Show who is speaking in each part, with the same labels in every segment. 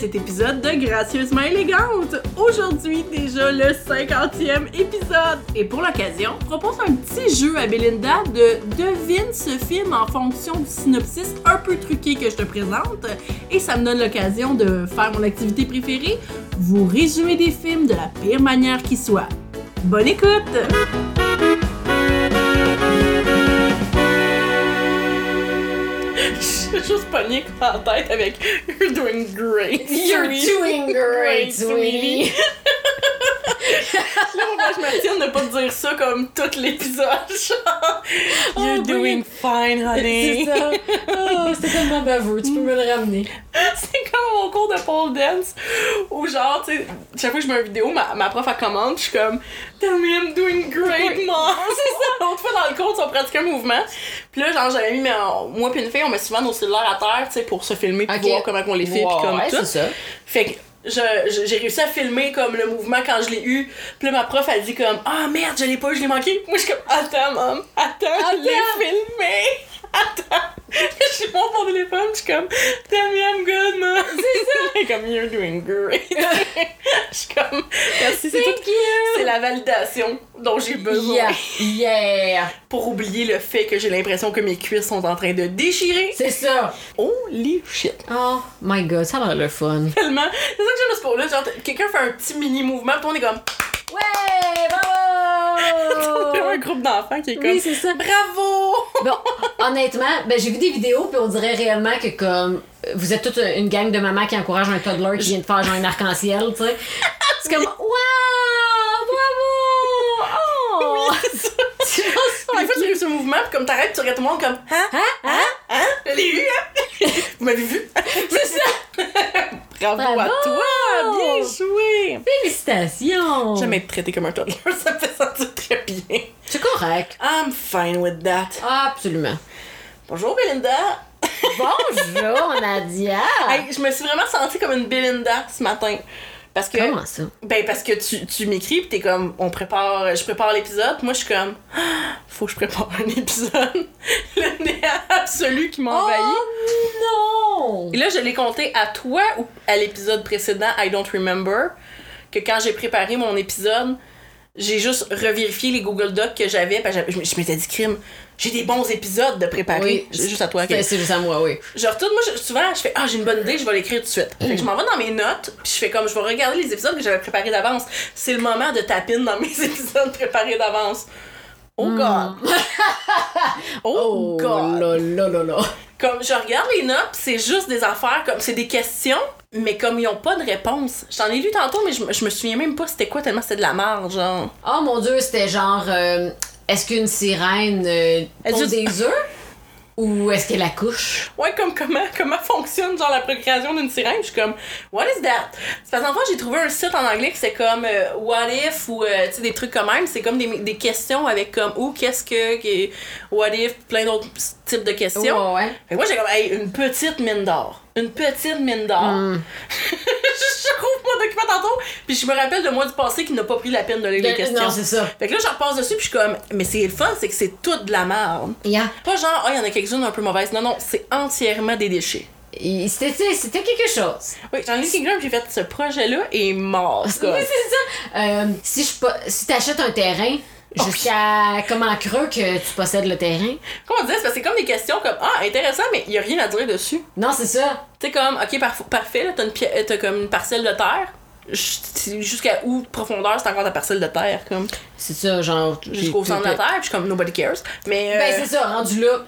Speaker 1: cet épisode de Gracieusement élégante. Aujourd'hui, déjà le 50e épisode. Et pour l'occasion, je propose un petit jeu à Belinda de devine ce film en fonction du synopsis un peu truqué que je te présente. Et ça me donne l'occasion de faire mon activité préférée, vous résumer des films de la pire manière qui soit. Bonne écoute! J'ai juste pogné en tête avec You're doing great.
Speaker 2: You're doing great, sweetie.
Speaker 1: Là, moi, je me tiens de ne pas te dire ça comme tout l'épisode. genre, You're
Speaker 2: Oh,
Speaker 1: doing
Speaker 2: oui.
Speaker 1: fine,
Speaker 2: C'est
Speaker 1: honey.
Speaker 2: ça. Oh, c'est tellement baveux. Tu peux me le ramener.
Speaker 1: C'est comme mon cours de pole dance où, genre, tu sais, chaque fois que je mets une vidéo, ma, ma prof elle commente, je suis comme Tell me I'm doing great, mom. C'est ça. L'autre fois dans le cours, on pratiquait un mouvement. Puis là, genre, j'avais mis, mais, euh, moi puis une fille, on met souvent nos cellulaires à terre, tu sais, pour se filmer, puis
Speaker 2: Ok.
Speaker 1: voir comment on les fait, puis comme
Speaker 2: ouais,
Speaker 1: tout.
Speaker 2: c'est ça.
Speaker 1: Fait que je- je- j'ai réussi à filmer comme le mouvement quand je l'ai eu. Puis là, ma prof, elle dit comme Ah merde, je l'ai pas eu, je l'ai manqué. Moi, je suis comme Attends, maman, attends, je l'ai filmé. Attends. je suis mon mon téléphone, je suis comme Tell me I'm good, mom. C'est ça. comme You're doing great. je suis comme Merci, c'est tout.
Speaker 2: Thank you.
Speaker 1: C'est la validation dont j'ai besoin
Speaker 2: Yeah, yeah.
Speaker 1: pour oublier le fait que j'ai l'impression que mes cuisses sont en train de déchirer.
Speaker 2: C'est ça.
Speaker 1: Holy shit!
Speaker 2: Oh my god, ça a l'air le fun.
Speaker 1: tellement. C'est ça que j'aime ce sport-là. Genre, t- quelqu'un fait un petit mini mouvement, puis on est comme.
Speaker 2: Ouais,
Speaker 1: C'est vraiment un
Speaker 2: bravo.
Speaker 1: groupe d'enfants qui est comme.
Speaker 2: Oh. Oui, Oh, c'est ça.
Speaker 1: Bravo!
Speaker 2: Bon, honnêtement, ben, j'ai vu des vidéos puis on dirait réellement que comme euh, vous êtes toute une gang de mamans qui encourage un toddler qui vient de faire genre un arc-en-ciel, tu sais. C'est comme waouh, bravo. Oh. Tu penses
Speaker 1: Des fois, tu fais ce mouvement, puis comme t'arrêtes, tu regardes tout le monde comme. Hein?
Speaker 2: Hein? Hein?
Speaker 1: Hein? Je l'ai eu, hein? Vous m'avez vu?
Speaker 2: C'est ça.
Speaker 1: Bravo, à
Speaker 2: Bravo!
Speaker 1: toi! Bien joué!
Speaker 2: Félicitations.
Speaker 1: J'aime être traité comme un toddler, ça me fait sentir très bien.
Speaker 2: C'est correct.
Speaker 1: I'm fine with that.
Speaker 2: Absolument.
Speaker 1: Bonjour, Belinda!
Speaker 2: Bonjour Nadia.
Speaker 1: Hey, je me suis vraiment sentie comme une Belinda ce matin. Parce que.
Speaker 2: Comment ça?
Speaker 1: Ben parce que tu, tu m'écris pis t'es comme on prépare je prépare l'épisode, moi je suis comme Ah, faut que je prépare un épisode. Le néant absolu qui m'a envahi.
Speaker 2: Oh
Speaker 1: Et
Speaker 2: non!
Speaker 1: là je l'ai compté à toi ou à l'épisode précédent I don't remember que quand j'ai préparé mon épisode, j'ai juste revérifié les Google Docs que j'avais parce que j'avais- je m- je m'étais dit crime, j'ai des bons épisodes de préparer.
Speaker 2: Oui.
Speaker 1: C'est juste à toi que
Speaker 2: C'est c'est juste à moi, oui.
Speaker 1: je retourne, moi, je- souvent, je fais Ah, j'ai une bonne idée, je vais l'écrire tout de suite. Fait que je m'en vais dans mes notes, puis je fais comme Je vais regarder les épisodes que j'avais préparés d'avance. C'est le moment de tapine dans mes épisodes préparés d'avance. Oh god! oh, god!
Speaker 2: là là là là.
Speaker 1: Comme je regarde les notes, puis c'est juste des affaires, comme c'est des questions, mais comme ils ont pas de réponse. J'en ai lu tantôt, mais je, me- je me souviens même pas c'était quoi, tellement c'était de la marge, genre.
Speaker 2: Oh mon dieu, c'était genre euh, est-ce qu'une sirène euh,
Speaker 1: Elle
Speaker 2: pond
Speaker 1: dit-
Speaker 2: des œufs ou est-ce qu'elle accouche?
Speaker 1: Ouais, comme comment, comment fonctionne genre la procréation d'une sirène. Je suis comme, what is that? C'est parce qu'en fait, j'ai trouvé un site en anglais que c'est comme euh, what if ou euh, tu sais, des trucs comme même. C'est comme des, des questions avec comme ou qu'est-ce que, qui- what if, plein d'autres types de questions.
Speaker 2: Ouais, ouais.
Speaker 1: Fait que moi, j'ai comme, hey, une petite mine d'or. Une petite mine d'or.
Speaker 2: Hmm.
Speaker 1: je, je trouve mon document tantôt, puis je me rappelle de moi du passé qui n'a pas pris la peine de lire les
Speaker 2: De-
Speaker 1: questions.
Speaker 2: Euh, Non, c'est ça.
Speaker 1: Fait que là, je repasse dessus, puis je suis comme, mais c'est le fun, c'est que c'est toute de la merde.
Speaker 2: Yeah.
Speaker 1: Pas genre, ah, il y en a quelques-unes un peu mauvaises. Non, non, c'est entièrement des déchets.
Speaker 2: Et C'était c'était quelque chose.
Speaker 1: Oui, j'en ai lu quelques-uns, j'ai fait ce projet-là est mort, quoi.
Speaker 2: Oui, c'est ça. Euh, si je pas- si t'achètes un terrain
Speaker 1: Oh,
Speaker 2: jusqu'à comment creux que tu possèdes le terrain?
Speaker 1: Comment on dit, c'est parce que c'est comme des questions comme Ah, intéressant, mais il y a rien à dire dessus.
Speaker 2: Non, c'est ça.
Speaker 1: Tu sais, comme, ok, parf- parfait, là, t'as une, pie- t'as comme une parcelle de terre. J- Jusqu'à où de profondeur c'est encore ta parcelle de terre, comme
Speaker 2: C'est ça, genre.
Speaker 1: jusqu'au centre de la terre, puis je suis comme nobody cares. Mais.
Speaker 2: Ben
Speaker 1: euh,
Speaker 2: c'est ça, rendu là.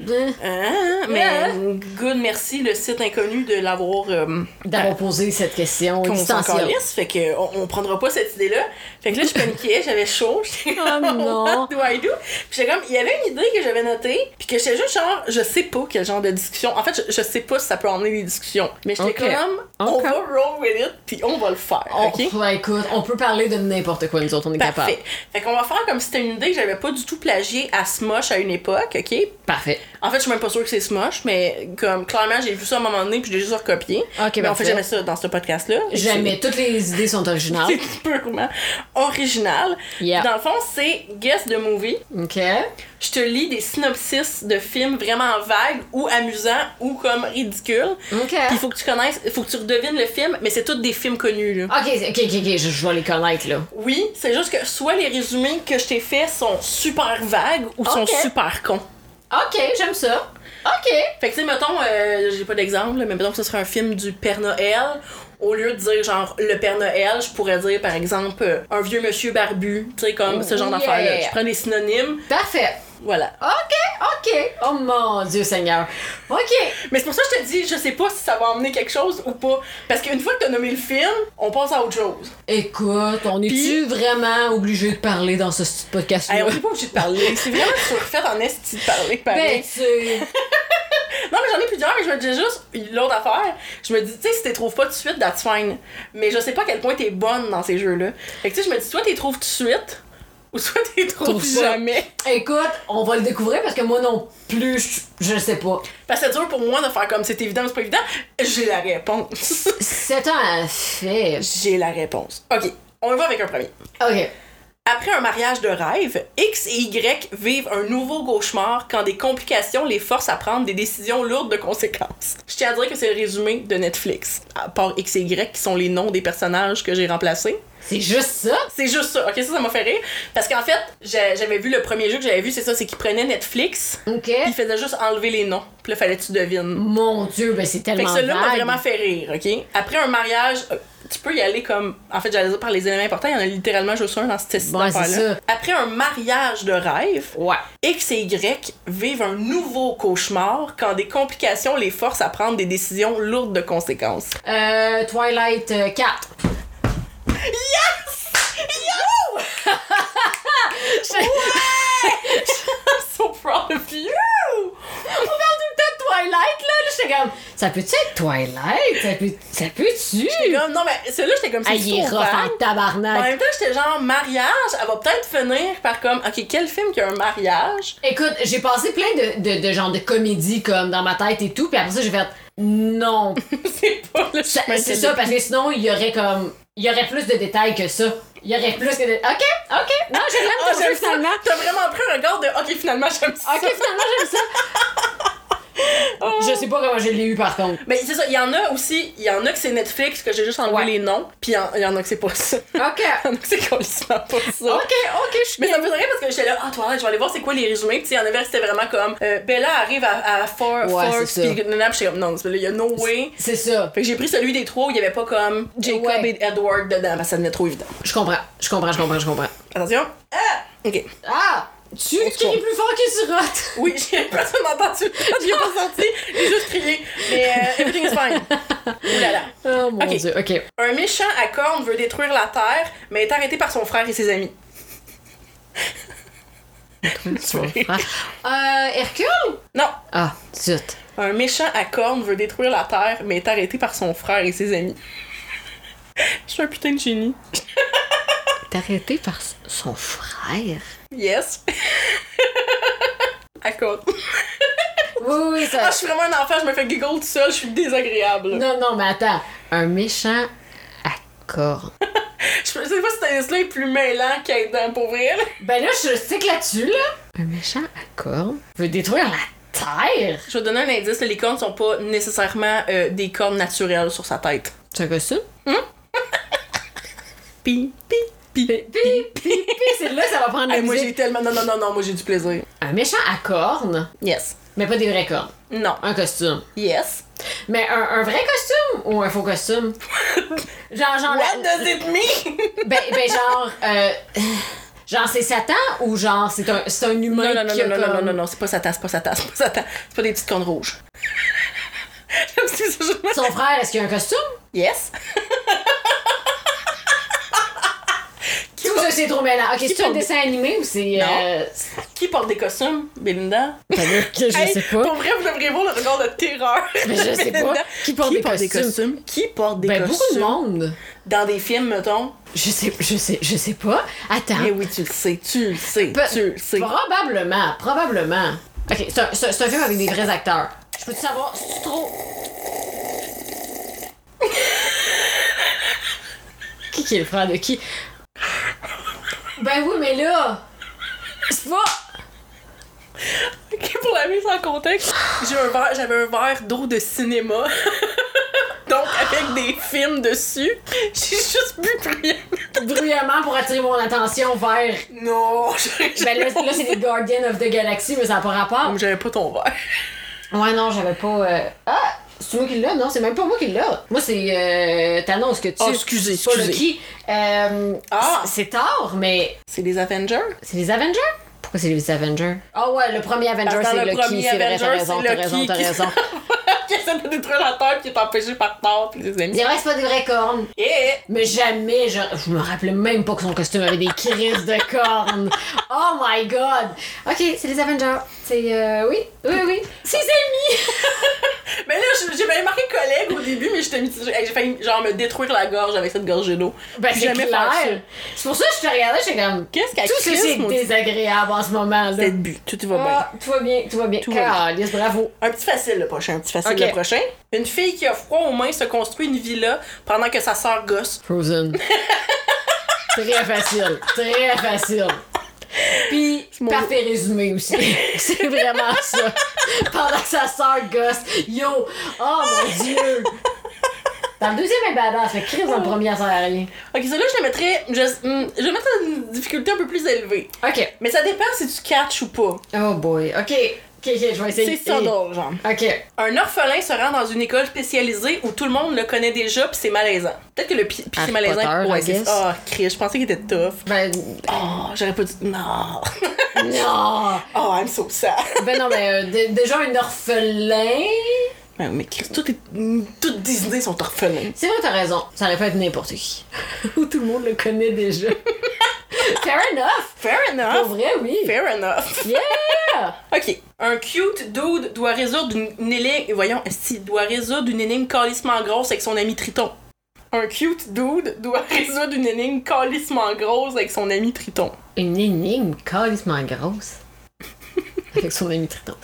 Speaker 2: hein,
Speaker 1: hein, mais good, merci le site inconnu de l'avoir. euh,
Speaker 2: D'avoir posé cette question
Speaker 1: qu'on s'en
Speaker 2: existentielle.
Speaker 1: calisse, fait que on, on prendra pas cette idée-là. Fait que là, je paniquais, j'avais chaud. j'étais
Speaker 2: Oh
Speaker 1: comme,
Speaker 2: non.
Speaker 1: What do I do? Puis j'étais comme, il y avait une idée que j'avais notée, puis que j'étais juste genre, je sais pas quel genre de discussion. En fait, je, je sais pas si ça peut emmener des discussions. Mais j'étais
Speaker 2: Ok.
Speaker 1: comme, on
Speaker 2: Ok.
Speaker 1: va roll with it, puis on va le faire,
Speaker 2: On-
Speaker 1: ok?
Speaker 2: ouais, écoute, on peut parler de n'importe quoi, nous autres, on est
Speaker 1: Parfait. Fait qu'on va faire comme si c'était une idée que j'avais pas du tout plagiée à Smosh à une époque, ok?
Speaker 2: capable. Parfait.
Speaker 1: En fait, je suis même pas sûre que c'est Smosh, mais comme clairement, j'ai vu ça à un moment donné, puis j'ai juste recopié.
Speaker 2: Ok,
Speaker 1: mais ben, on
Speaker 2: parfait.
Speaker 1: fait jamais ça dans ce podcast-là.
Speaker 2: Jamais. Toutes les idées sont originales.
Speaker 1: C'est purement original.
Speaker 2: Ah. Yeah.
Speaker 1: Dans le fond, c'est Guess the Movie.
Speaker 2: OK.
Speaker 1: Je te lis des synopsis de films vraiment vagues ou amusants ou comme ridicules.
Speaker 2: OK.
Speaker 1: Il faut que tu connaisses, il faut que tu redevines le film, mais c'est tous des films connus. Là.
Speaker 2: Ok, ok, ok, ok, je, je vais les connaître là.
Speaker 1: Oui, c'est juste que soit les résumés que je t'ai faits sont super vagues ou
Speaker 2: Ok.
Speaker 1: sont super cons.
Speaker 2: Ok, j'aime ça. Ok.
Speaker 1: Fait que, tu sais, mettons, euh, j'ai pas d'exemple, là, mais mettons que ce serait un film du Père Noël. Au lieu de dire genre le Père Noël, je pourrais dire par exemple euh, un vieux monsieur barbu, tu sais, comme ce genre
Speaker 2: Yeah.
Speaker 1: d'affaire-là. Je prends des synonymes,
Speaker 2: Parfait.
Speaker 1: voilà.
Speaker 2: Ok, ok. Oh mon Dieu Seigneur. Ok.
Speaker 1: Mais c'est pour ça que je te dis, je sais pas si ça va emmener quelque chose ou pas. Parce qu'une fois que t'as nommé le film, on passe à autre chose.
Speaker 2: Écoute, on est-tu vraiment obligé de parler dans ce petit podcast-là?
Speaker 1: Hey, on n'est pas obligé de parler. C'est vraiment surfait en esti de parler, pareil.
Speaker 2: ben, tu...
Speaker 1: Non, mais j'en ai plusieurs, mais je me disais juste, l'autre affaire, je me dis, tu sais, si t'es trouves pas tout de suite, that's fine. Mais je sais pas à quel point t'es bonne dans ces jeux-là. Fait que tu sais, je me dis, soit t'es trouves tout de suite, ou soit t'es trouves
Speaker 2: Trouve pas.
Speaker 1: jamais.
Speaker 2: Écoute, on va le découvrir parce que moi non plus, je, je sais pas.
Speaker 1: Parce que c'est dur pour moi de faire comme c'est évident ou c'est pas évident. J'ai la réponse.
Speaker 2: C'est un fait.
Speaker 1: J'ai la réponse. Ok, on y va avec un premier.
Speaker 2: Ok.
Speaker 1: Après un mariage de rêve, X et Y vivent un nouveau cauchemar quand des complications les forcent à prendre des décisions lourdes de conséquences. Je tiens à dire que c'est le résumé de Netflix, à part X et Y qui sont les noms des personnages que j'ai remplacés.
Speaker 2: C'est juste ça?
Speaker 1: C'est juste ça, ok, ça, ça m'a fait rire. Parce qu'en fait, j'ai- j'avais vu le premier jeu que j'avais vu, c'est ça, c'est qu'ils prenaient Netflix,
Speaker 2: Ok.
Speaker 1: puis ils faisaient juste enlever les noms, puis là, fallait que tu devines.
Speaker 2: Mon Dieu, ben
Speaker 1: Fait
Speaker 2: c'est
Speaker 1: que
Speaker 2: tellement
Speaker 1: celui-là m'a
Speaker 2: vague.
Speaker 1: vraiment fait rire, ok? Après un mariage, euh, tu peux y aller comme. En fait, j'allais dire par les éléments importants, il y en a littéralement juste un dans cette cette
Speaker 2: Ouais, c'est
Speaker 1: affaire-là.
Speaker 2: ça.
Speaker 1: Après un mariage de rêve,
Speaker 2: Ouais.
Speaker 1: X et Y vivent un nouveau cauchemar quand des complications les forcent à prendre des décisions lourdes de conséquences.
Speaker 2: Euh, Twilight euh, 4.
Speaker 1: I'm so proud of you!
Speaker 2: Twilight, là, là j'étais comme, ça peut-tu être Twilight? Ça peut- Ça peut-tu?
Speaker 1: Comme, non, mais celui-là, j'étais comme
Speaker 2: ah,
Speaker 1: ça.
Speaker 2: il est rough en
Speaker 1: En
Speaker 2: tabarnak.
Speaker 1: même temps, j'étais genre mariage, elle va peut-être finir par comme, ok, quel film qui a un mariage?
Speaker 2: Écoute, j'ai passé plein de, de, de genres de comédies comme dans ma tête et tout, puis après ça, j'ai fait, non.
Speaker 1: c'est pas le
Speaker 2: Ça-
Speaker 1: chemin
Speaker 2: C'est
Speaker 1: que-
Speaker 2: ça, parce que sinon, il y aurait comme, il y aurait plus de détails que ça. Il y aurait plus que de... Ok, ok, non, je l'aime
Speaker 1: Ah,
Speaker 2: ton jeu,
Speaker 1: j'aime ça.
Speaker 2: finalement.
Speaker 1: T'as vraiment pris un regard de, ok, finalement, j'aime ça.
Speaker 2: Ok, finalement, j'aime ça. Je sais pas comment je l'ai eu par contre.
Speaker 1: Mais c'est ça, il y en a aussi, il y en a que c'est Netflix, que j'ai juste enlevé
Speaker 2: Ouais.
Speaker 1: les noms, pis il y en- il y, en a que c'est pas ça. Il
Speaker 2: Ok.
Speaker 1: y en a que c'est complètement pas ça.
Speaker 2: Ok, ok, je suis
Speaker 1: Mais ça me faisait rire parce que j'étais là, ah, toi, je vais aller voir c'est quoi les résumés. Puis, tu sais, il y en avait, c'était vraiment comme, euh, Bella arrive à, à Four,
Speaker 2: Ouais,
Speaker 1: Four,
Speaker 2: c'est ça.
Speaker 1: puis non, non, puis j'étais comme, non, il y a no way.
Speaker 2: C'est ça.
Speaker 1: Fait que j'ai pris celui des trois où il y avait pas comme Jacob
Speaker 2: Ouais.
Speaker 1: et Edward dedans, parce que ça devenait trop évident.
Speaker 2: Je comprends, je comprends, je comprends, je comprends.
Speaker 1: Attention. Ah! Ok.
Speaker 2: Ah! Tu
Speaker 1: On se
Speaker 2: cries
Speaker 1: compte.
Speaker 2: plus fort que tu rotes!
Speaker 1: Oui, j'ai personne entendu. J'ai pas senti. J'ai juste crié. Mais euh, everything is fine. Ouh là là.
Speaker 2: Oh mon
Speaker 1: Ok.
Speaker 2: dieu, ok.
Speaker 1: Un méchant à cornes veut détruire la Terre, mais est arrêté par son frère et ses amis.
Speaker 2: Euh, Hercule?
Speaker 1: Non.
Speaker 2: Ah, zut.
Speaker 1: Un méchant à cornes veut détruire la Terre, mais est arrêté par son frère et ses amis. Je suis un putain de génie.
Speaker 2: T'es arrêté par s- son frère?
Speaker 1: Yes. à cornes.
Speaker 2: Oui, oui, ça.
Speaker 1: Ah, je suis vraiment un enfant, je me fais giggle tout seul, je suis désagréable.
Speaker 2: Non, non, mais attends. Un méchant à cornes.
Speaker 1: Je sais pas si ta liste-là est plus mêlant qu'aidant pour vrai. là.
Speaker 2: Ben là, je sais que là-dessus, là. Un méchant à cornes veut détruire la terre?
Speaker 1: Je vais te donner un indice, là, les cornes sont pas nécessairement euh, des cornes naturelles sur sa tête.
Speaker 2: C'est quoi ça?
Speaker 1: Pi, pi, pi.
Speaker 2: Pi, pi, pi, c'est là ça va prendre la
Speaker 1: Hey, moi j'ai
Speaker 2: musique.
Speaker 1: tellement. Non, non, non, non, moi j'ai du plaisir.
Speaker 2: Un méchant à cornes,
Speaker 1: Yes.
Speaker 2: mais pas des vraies cornes.
Speaker 1: Non.
Speaker 2: Un costume.
Speaker 1: Yes.
Speaker 2: Mais un, un vrai costume ou un faux costume? genre, genre. la-
Speaker 1: What does it mean?
Speaker 2: ben, ben, genre. euh, genre, c'est Satan ou genre, c'est un, c'est un
Speaker 1: Non,
Speaker 2: humain
Speaker 1: non, non,
Speaker 2: qui a
Speaker 1: non, non,
Speaker 2: comme...
Speaker 1: non, non, non, non, c'est pas Satan, c'est pas Satan, c'est pas Satan. C'est pas des petites cornes rouges. J'aime ça, c'est juste-
Speaker 2: Son frère, est-ce qu'il a un costume?
Speaker 1: Yes.
Speaker 2: Tout ça, c'est trop mêlant. Ok, c'est
Speaker 1: porte
Speaker 2: un
Speaker 1: des-
Speaker 2: dessin animé ou c'est.
Speaker 1: Non.
Speaker 2: euh,
Speaker 1: Qui porte des costumes? Belinda?
Speaker 2: que je
Speaker 1: Hey, Pour vrai, vous devriez voir le regard de terreur.
Speaker 2: Mais je sais pas.
Speaker 1: Belinda.
Speaker 2: Qui porte des costumes?
Speaker 1: Qui porte des
Speaker 2: Ben,
Speaker 1: costumes?
Speaker 2: beaucoup de monde.
Speaker 1: Dans des films, mettons.
Speaker 2: Je sais, je sais, je sais pas. Attends.
Speaker 1: Mais oui, tu le sais, tu le sais,
Speaker 2: Ah. Pe-
Speaker 1: tu le sais.
Speaker 2: Probablement, probablement. Ok, c'est un, c'est un- c'est un film avec des vrais acteurs. Je peux-tu savoir, c'est trop. qui qui est le frère de qui? Ben oui, mais là! C'est pas.
Speaker 1: Ok, pour la mise en contexte, j'ai un verre- j'avais un verre d'eau de cinéma. Donc, avec des films dessus, j'ai juste bu rien.
Speaker 2: bruyamment pour attirer mon attention vers.
Speaker 1: Non,
Speaker 2: Ben là, là, c'est des Guardians of the Galaxy, mais ça n'a pas rapport.
Speaker 1: j'avais pas ton verre.
Speaker 2: Ouais, non, j'avais pas. euh, Ah! C'est moi qui l'ai? Non, c'est même pas moi qui l'a. Moi, c'est euh, Thanos que tu.
Speaker 1: Ah, excusez,
Speaker 2: C'est pas le
Speaker 1: excusez.
Speaker 2: qui. Euh,
Speaker 1: Ah!
Speaker 2: c'est- C'est tard, mais.
Speaker 1: C'est les Avengers?
Speaker 2: C'est les Avengers? Pourquoi c'est les Avengers? Ah ouais, le premier Avenger,
Speaker 1: Parce que
Speaker 2: c'est
Speaker 1: dans
Speaker 2: le qui. C'est vrai, t'as raison, t'as
Speaker 1: Loki
Speaker 2: raison, t'as
Speaker 1: qui-
Speaker 2: raison.
Speaker 1: qui essaie de détruire la Terre qui est empêchée par Thor pis ses ennemis.
Speaker 2: C'est vrai, c'est pas des vraies cornes.
Speaker 1: Yeah.
Speaker 2: Mais jamais, je, je me rappelais même pas que son costume avait des crises de cornes. Oh my god! Ok, c'est les Avengers. C'est. euh, oui, oui, oui. Ses amis!
Speaker 1: Mais là, j'ai- j'avais marqué collègue au début, mais j'étais mitigée. Hey, J'ai failli, genre, me détruire la gorge avec cette gorgée d'eau.
Speaker 2: Ben,
Speaker 1: Puis
Speaker 2: c'est
Speaker 1: jamais faire ça.
Speaker 2: clair! C'est pour ça que je te regardais, j'étais comme.
Speaker 1: Qu'est-ce qu'elle
Speaker 2: Tout ça, c'est
Speaker 1: crisse, mon dieu?
Speaker 2: désagréable en ce moment, là.
Speaker 1: Cette but, tout va bien.
Speaker 2: Ah, tout va bien, tout va bien.
Speaker 1: Tout va bien.
Speaker 2: Calisse, bravo.
Speaker 1: Un petit facile le prochain, un petit facile
Speaker 2: Ok.
Speaker 1: le prochain. Une fille qui a froid aux mains se construit une villa pendant que sa sœur gosse.
Speaker 2: Frozen. très facile, très facile. Puis,
Speaker 1: mon-
Speaker 2: parfait résumé aussi. C'est vraiment ça. Pendant que sa sœur gosse, yo, oh mon dieu. Dans le deuxième, elle est badass, mais crise dans le premier, elle sert à rien.
Speaker 1: Ok, ça là, je le mettrais. Je, hmm, je le mettrais dans une difficulté un peu plus élevée.
Speaker 2: Ok.
Speaker 1: Mais ça dépend si tu catches ou pas.
Speaker 2: Oh boy, ok. Ok, ok, je vais essayer.
Speaker 1: C'est ça drôle, genre.
Speaker 2: Ok.
Speaker 1: Un orphelin se rend dans une école spécialisée où tout le monde le connaît déjà pis c'est malaisant. Peut-être que le pi pis c'est
Speaker 2: Harry
Speaker 1: malaisant.
Speaker 2: Potter,
Speaker 1: ouais,
Speaker 2: I
Speaker 1: c'est
Speaker 2: guess.
Speaker 1: Ah, Chris, je pensais qu'il était tough.
Speaker 2: Ben,
Speaker 1: Oh, j'aurais pas dit. Non.
Speaker 2: non.
Speaker 1: oh, I'm so sad.
Speaker 2: Ben non, mais euh, dé- déjà un orphelin.
Speaker 1: Mais, Ben mais Chris, tout est. Toutes Disney sont orphelins.
Speaker 2: C'est vrai, t'as raison. Ça aurait pu être n'importe qui. Ou tout le monde le connaît déjà. Fair enough! Ah,
Speaker 1: Fair
Speaker 2: Pour
Speaker 1: enough.
Speaker 2: vrai, oui.
Speaker 1: Fair enough.
Speaker 2: Yeah!
Speaker 1: Ok. Un cute dude doit résoudre une, une énigme. Voyons, si doit résoudre une énigme calissement grosse avec son ami Triton. Un cute dude doit résoudre une énigme calissement grosse avec son ami Triton.
Speaker 2: Une énigme calissement grosse. Avec son ami Triton.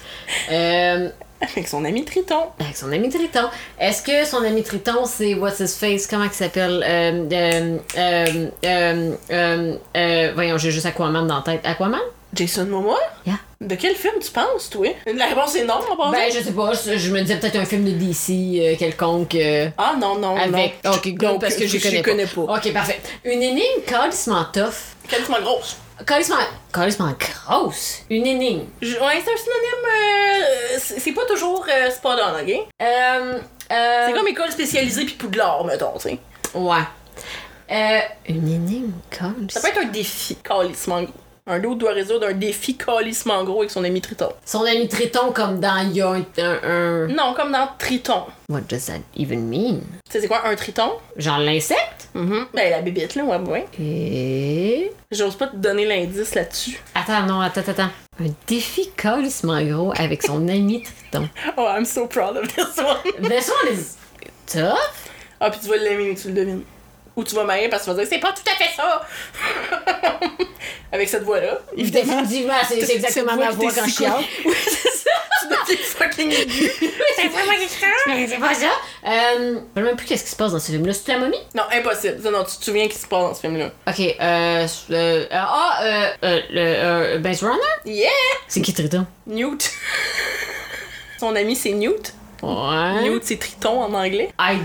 Speaker 2: Euh,
Speaker 1: Avec son ami Triton.
Speaker 2: avec son ami Triton. Est-ce que son ami Triton, c'est What's His Face? Comment il s'appelle? Euh, euh, euh, euh, euh, euh, voyons, j'ai juste Aquaman dans la tête. Aquaman?
Speaker 1: Jason Momoa?
Speaker 2: Yeah.
Speaker 1: De quel film tu penses, toi? La réponse est non, en passant.
Speaker 2: Ben, je sais pas. Je, je me disais peut-être un film de DC euh, quelconque. euh,
Speaker 1: Ah non, non,
Speaker 2: Avec.
Speaker 1: non.
Speaker 2: Ok, go,
Speaker 1: Donc,
Speaker 2: parce que je
Speaker 1: je
Speaker 2: connais,
Speaker 1: connais
Speaker 2: pas.
Speaker 1: pas.
Speaker 2: Ok, parfait. Une énigme calissement tough.
Speaker 1: Calissement grosse.
Speaker 2: Calissement. Calissement grosse. Une énigme.
Speaker 1: Je- Ouais, c'est un synonyme... euh, c'est c'est pas toujours euh, spot on, ok?
Speaker 2: Euh. euh,
Speaker 1: C'est comme école spécialisée puis poudlard, mettons, tu sais.
Speaker 2: Ouais. Euh, une énigme calissement.
Speaker 1: Ça peut être un défi calissement gros. Un dos doit résoudre un défi calissement gros avec son ami Triton.
Speaker 2: Son ami Triton, comme dans. Il y a un. un- un-
Speaker 1: Non, comme dans Triton.
Speaker 2: What does that even mean?
Speaker 1: Tu sais, c'est quoi un Triton?
Speaker 2: Genre l'insecte?
Speaker 1: Ben, la bébête, là, ouais, ouais.
Speaker 2: Et.
Speaker 1: J'ose pas te donner l'indice là-dessus.
Speaker 2: Attends, non, attends, attends. attends. Un défi calissement gros avec son ami Triton.
Speaker 1: Oh, I'm so proud of this one.
Speaker 2: Mais ça, on les. Tough?
Speaker 1: Ah, puis tu vas l'aimer, mais tu le devines. Ou tu vas m'aimer parce que tu vas dire, c'est pas tout à fait ça! Avec cette voix-là.
Speaker 2: Définitivement, c'est c'est exactement ma voix quand je chiale.
Speaker 1: Oui, c'est ça! Tu deviens fucking aiguë. c'est vraiment
Speaker 2: Mais c'est pas ça! Euh, je sais même plus qu'est-ce qui se passe dans ce film-là. C'est la momie?
Speaker 1: Non, impossible. Ça, non, tu te souviens qui se passe dans ce film-là.
Speaker 2: Ok, euh. euh, Ah, euh. euh, le, euh Maze Runner?
Speaker 1: Yeah!
Speaker 2: C'est qui Triton?
Speaker 1: Newt. Son ami, c'est Newt.
Speaker 2: Ouais.
Speaker 1: Newt, c'est Triton en anglais.
Speaker 2: I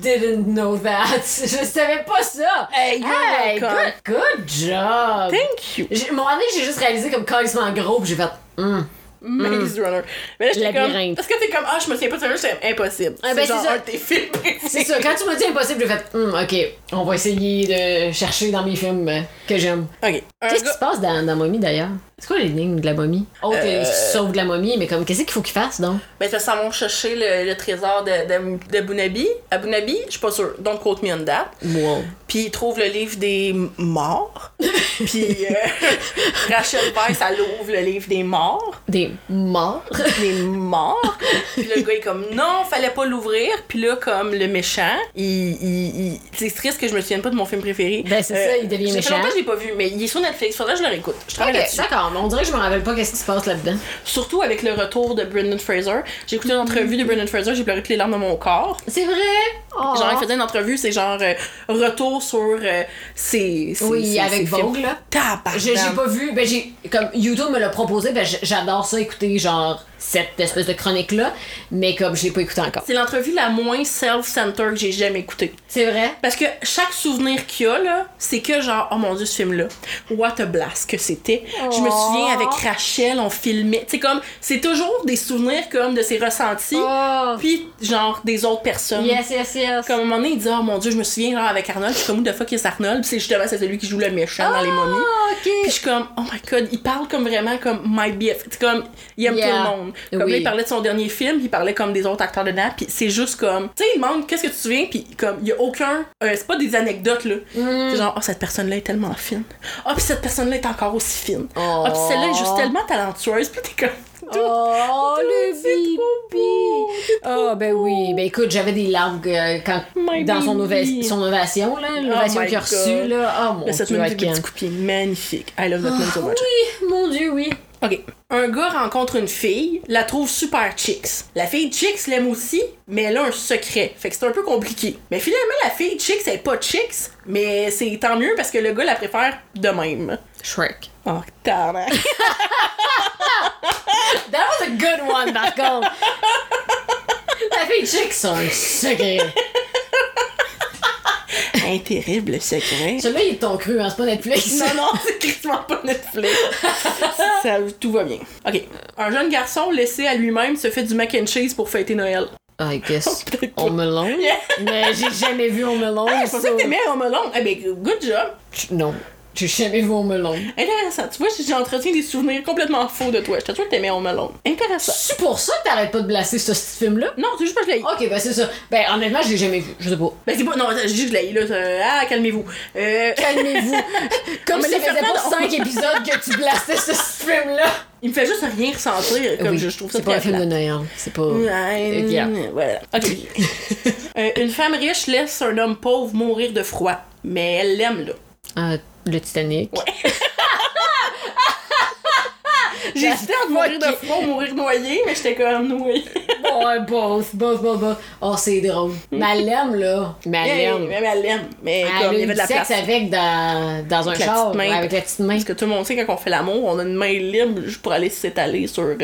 Speaker 2: didn't know that! Je savais pas ça!
Speaker 1: Hey, you're welcome.
Speaker 2: good, good job!
Speaker 1: Ah, Thank you.
Speaker 2: J'ai- Mon moment donné, j'ai juste réalisé comme calissement gros, puis j'ai fait. Hum.
Speaker 1: Maze Runner. Mais là, j'étais comme.
Speaker 2: Labyrinthe.
Speaker 1: Parce que t'es comme, ah, je me souviens pas de ça, c'est impossible.
Speaker 2: Ah, ben,
Speaker 1: c'est
Speaker 2: c'est
Speaker 1: genre
Speaker 2: ça.
Speaker 1: un de tes films.
Speaker 2: C'est ça, quand tu m'as dit impossible, j'ai fait. Hum, ok, on va essayer de chercher dans mes films euh, que j'aime.
Speaker 1: Ok. Un
Speaker 2: Qu'est-ce
Speaker 1: gars-
Speaker 2: qui se passe dans, dans Momie d'ailleurs? C'est quoi l'énigme de la momie? Oh, que
Speaker 1: Euh.
Speaker 2: sauve de la momie, mais comme qu'est-ce qu'il faut qu'il fasse donc?
Speaker 1: Ben, ça s'en vont chercher le, le trésor de, de, de Bunabi. À Bunabi, je suis pas sûre. Don't quote me on that.
Speaker 2: Wow.
Speaker 1: Puis ils trouvent le livre des m- morts. Puis euh, Rachel Weisz, elle ouvre le livre des morts.
Speaker 2: Des morts.
Speaker 1: Des morts. Puis le gars est comme non, fallait pas l'ouvrir. Puis là, comme le méchant, il. il- il- C'est triste que je me souvienne pas de mon film préféré. Euh,
Speaker 2: Ben, c'est ça, il devient
Speaker 1: ça fait
Speaker 2: méchant.
Speaker 1: longtemps que je l'ai pas vu, mais il est sur Netflix. Faudrait que je le réécoute. Je travaille
Speaker 2: Ok,
Speaker 1: là-dessus.
Speaker 2: D'accord, mais on dirait que je me rappelle pas qu'est-ce qui se passe là-dedans.
Speaker 1: Surtout avec le retour de Brendan Fraser. J'ai écouté une entrevue de Brendan Fraser, j'ai pleuré toutes les larmes de mon corps.
Speaker 2: C'est vrai! Oh.
Speaker 1: Genre, il faisait une entrevue, c'est genre euh, retour sur euh, ses, ses-
Speaker 2: Oui,
Speaker 1: ses-
Speaker 2: avec
Speaker 1: ses films.
Speaker 2: Vogue, là.
Speaker 1: Tabarnak.
Speaker 2: Je- J'ai pas vu, ben j'ai comme YouTube me l'a proposé, ben j- j'adore ça écouter genre cette espèce de chronique là, mais comme je l'ai pas écouté encore.
Speaker 1: C'est l'entrevue la moins self-centered que j'ai jamais écoutée.
Speaker 2: C'est vrai?
Speaker 1: Parce que chaque souvenir qu'il y a, là, c'est que genre, oh mon dieu, ce film-là, what a blast que c'était. Je me
Speaker 2: Oh.
Speaker 1: souviens avec Rachel, on filmait. C'est comme, c'est toujours des souvenirs comme de ses ressentis,
Speaker 2: Oh.
Speaker 1: puis genre des autres personnes.
Speaker 2: Yes, yes, yes.
Speaker 1: Comme à un moment donné, il dit, oh mon dieu, je me souviens genre avec Arnold, je suis comme, où the fuck is Arnold? Puis c'est justement, c'est celui qui joue le méchant dans les momies.
Speaker 2: Ah,
Speaker 1: Puis
Speaker 2: ok.
Speaker 1: je suis comme, oh my god, il parle comme vraiment comme my BF. C'est comme, il aime
Speaker 2: Yeah.
Speaker 1: tout le monde. Comme
Speaker 2: Oui.
Speaker 1: là, il parlait de son dernier film, puis il parlait comme des autres acteurs dedans, puis c'est juste comme, tu sais, il demande qu'est-ce que tu te souviens, puis comme, il y a aucun. euh, c'est pas des anecdotes, là.
Speaker 2: Mm. Hmm.
Speaker 1: C'est genre, oh, cette personne-là est tellement fine. Ah, puis cette personne-là est encore aussi fine. Ah,
Speaker 2: Oh.
Speaker 1: puis celle-là est juste tellement talentueuse. Puis t'es comme.
Speaker 2: Oh, le
Speaker 1: c'est trop beau.
Speaker 2: bibi! Oh, ben oui. Ben écoute, j'avais des larmes euh, quand,
Speaker 1: Oh My
Speaker 2: dans son,
Speaker 1: baby. Oh
Speaker 2: ova- son ovation, là, l'ovation
Speaker 1: my
Speaker 2: qu'il a reçue,
Speaker 1: God.
Speaker 2: là. Oh, Ah, mon
Speaker 1: Là, cette
Speaker 2: Dieu,
Speaker 1: même
Speaker 2: I
Speaker 1: vidéo
Speaker 2: can't.
Speaker 1: du coup de pied magnifique. I love that man so much.
Speaker 2: Oui, mon Dieu, oui.
Speaker 1: OK. Un gars rencontre une fille, la trouve super chicks. La fille chicks l'aime aussi, mais elle a un secret. Fait que c'est un peu compliqué. Mais finalement, la fille chicks, elle est pas chicks, mais c'est tant mieux parce que le gars la préfère de même.
Speaker 2: Shrek.
Speaker 1: Oh, tabarnak.
Speaker 2: That was a good one, par contre. La fille chick, c'est un secret.
Speaker 1: un terrible secret.
Speaker 2: Celui-là, ils t'ont cru, hein, c'est pas Netflix.
Speaker 1: Non, non, c'est quasiment pas Netflix. Ça, tout va bien. OK. Un jeune garçon laissé à lui-même se fait du mac and cheese pour fêter Noël.
Speaker 2: I guess.
Speaker 1: Peut-être pas.
Speaker 2: On me longue. Mais j'ai jamais vu On me longue.
Speaker 1: Ah, je pensais
Speaker 2: so-
Speaker 1: que t'aimais Home Alone. Eh bien, good job.
Speaker 2: Non. J'ai jamais vu On me longue.
Speaker 1: Intéressant. Tu vois, j'entretiens des souvenirs complètement faux de toi. Je t'assure que t'aimais Home Alone. Intéressant.
Speaker 2: C'est pour ça que t'arrêtes pas de blaster ce petit film-là?
Speaker 1: Non, c'est juste parce que je l'ai.
Speaker 2: Ok, ben c'est ça. Ben honnêtement, je l'ai jamais vu. Je sais pas.
Speaker 1: Ben, c'est pas. Non, j'ai juste que je l'ai, là. ça- Ah, calmez-vous. Euh,
Speaker 2: Calmez-vous. Comme
Speaker 1: On
Speaker 2: si
Speaker 1: me
Speaker 2: ça
Speaker 1: l'a
Speaker 2: faisait
Speaker 1: fait
Speaker 2: pas
Speaker 1: prendre-
Speaker 2: 5 épisodes que tu blastais ce film-là.
Speaker 1: il me fait juste rien ressentir. Comme je, je trouve ça
Speaker 2: c'est pas un
Speaker 1: très
Speaker 2: film de
Speaker 1: plat.
Speaker 2: Noël. hein. C'est pas.
Speaker 1: Ouais,
Speaker 2: Euh, yeah.
Speaker 1: Voilà. OK. Euh, une femme riche laisse un homme pauvre mourir de froid. Mais elle l'aime, là.
Speaker 2: Ah, le Titanic.
Speaker 1: J'hésitais à mourir de froid ou mourir noyé, mais j'étais comme noyée.
Speaker 2: Ouais, both, both, both, both. Oh, c'est drôle.
Speaker 1: Hmm.
Speaker 2: Mais elle l'aime, là. Mais elle
Speaker 1: Mais
Speaker 2: l'aime.
Speaker 1: mais elle l'aime. Mais
Speaker 2: Elle a
Speaker 1: comme il y
Speaker 2: eu
Speaker 1: avait de
Speaker 2: du
Speaker 1: la
Speaker 2: sexe
Speaker 1: place.
Speaker 2: avec dans, dans un
Speaker 1: Avec la
Speaker 2: char,
Speaker 1: petite main.
Speaker 2: ouais, avec la petite main.
Speaker 1: Parce que tout le monde sait quand on fait l'amour, on a une main libre juste pour aller s'étaler sur. euh,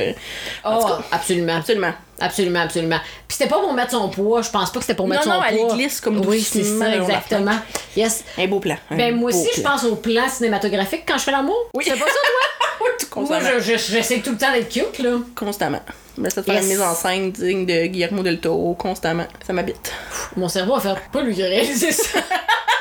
Speaker 1: en tout
Speaker 2: Oh,
Speaker 1: cas,
Speaker 2: absolument.
Speaker 1: absolument.
Speaker 2: Absolument, absolument. Puis c'était pas pour mettre son poids, je pense pas que c'était pour
Speaker 1: Non,
Speaker 2: mettre son
Speaker 1: non, elle
Speaker 2: poids.
Speaker 1: y glisse comme
Speaker 2: Oui, c'est
Speaker 1: doucement,
Speaker 2: ça,
Speaker 1: là, on la
Speaker 2: exactement. Yes.
Speaker 1: Un beau plan. un
Speaker 2: Ben, moi
Speaker 1: beau
Speaker 2: aussi, je
Speaker 1: plan.
Speaker 2: pense au plan cinématographique quand je fais l'amour.
Speaker 1: Oui.
Speaker 2: C'est pas ça, toi?
Speaker 1: Tout
Speaker 2: Moi,
Speaker 1: constamment.
Speaker 2: je- je- j'essaie tout le temps d'être cute, là.
Speaker 1: Constamment. Mais ça te fait
Speaker 2: Yes.
Speaker 1: une mise en scène digne de Guillermo del Toro, constamment. Ça m'habite.
Speaker 2: Mon cerveau a fait pas lui qui a réalisé ça.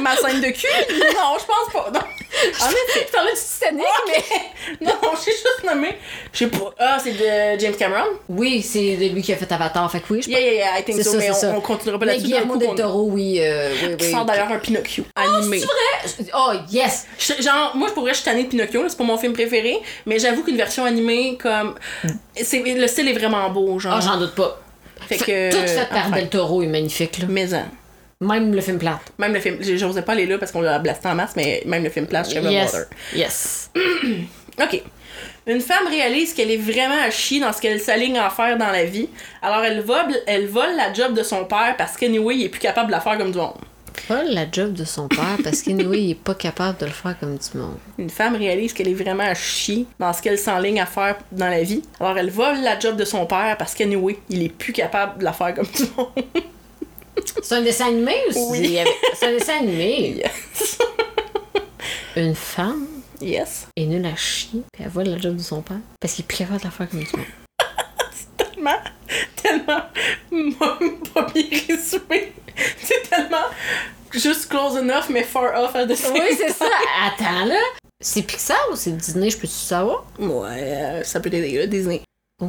Speaker 1: Ma scène de cul? Non, je pense pas. Non. En effet. Ah,
Speaker 2: Je parlais du Titanic, mais.
Speaker 1: Non, j'ai juste nommé. Je sais pas. Ah, c'est de James Cameron?
Speaker 2: Oui, c'est de lui qui a fait Avatar, fait que oui, je pense.
Speaker 1: Yeah, yeah, yeah, I think
Speaker 2: C'est
Speaker 1: so.
Speaker 2: ça,
Speaker 1: mais
Speaker 2: c'est
Speaker 1: on,
Speaker 2: ça.
Speaker 1: on continuera pas
Speaker 2: Mais
Speaker 1: là-dessus. d'un
Speaker 2: Guillermo
Speaker 1: coup,
Speaker 2: del
Speaker 1: on-
Speaker 2: Toro, oui, euh, oui,
Speaker 1: qui
Speaker 2: oui. Ah,
Speaker 1: sort d'ailleurs un Pinocchio animé.
Speaker 2: C'est vrai? Oh, yes!
Speaker 1: Je- Genre, moi, je pourrais, je suis tannée de Pinocchio, là, c'est pas mon film préféré, mais j'avoue qu'une version animée, comme. c'est- Le style est vraiment beau, genre.
Speaker 2: Ah, j'en doute pas.
Speaker 1: fait que.
Speaker 2: Tout fait par
Speaker 1: enfin,
Speaker 2: Del Toro est magnifique, là.
Speaker 1: Mais hein,
Speaker 2: Même le film plate.
Speaker 1: Même le film. j'ai- J'osais pas aller là parce qu'on l'a blasté en masse, mais même le film place, je serais vraiment
Speaker 2: Yes.
Speaker 1: water.
Speaker 2: Yes.
Speaker 1: OK. Une femme réalise qu'elle est vraiment à chier dans ce qu'elle s'aligne à faire dans la vie. Alors elle vole, elle vole la job de son père parce qu'anyway, il est plus capable de la faire comme du monde.
Speaker 2: Pas la job de son père parce qu'anyway, il est pas capable de le faire comme du monde.
Speaker 1: Une femme réalise qu'elle est vraiment à chier dans ce qu'elle s'enligne à faire dans la vie. Alors elle vole la job de son père parce qu'anyway, il est plus capable de la faire comme tout le monde.
Speaker 2: C'est un dessin animé ou
Speaker 1: Oui.
Speaker 2: c'est c'est un dessin animé? Une femme
Speaker 1: Yes.
Speaker 2: est nulle à chier, puis elle vole la job de son père parce qu'il est plus capable de la faire comme du monde.
Speaker 1: Tellement, tellement, pas bien résumé. C'est tellement juste close enough mais far off à the same
Speaker 2: Oui, c'est ça. Attends, là. C'est Pixar ou c'est Disney, je peux-tu savoir?
Speaker 1: Ouais, euh, ça peut t'aider, là, Disney.
Speaker 2: Oh.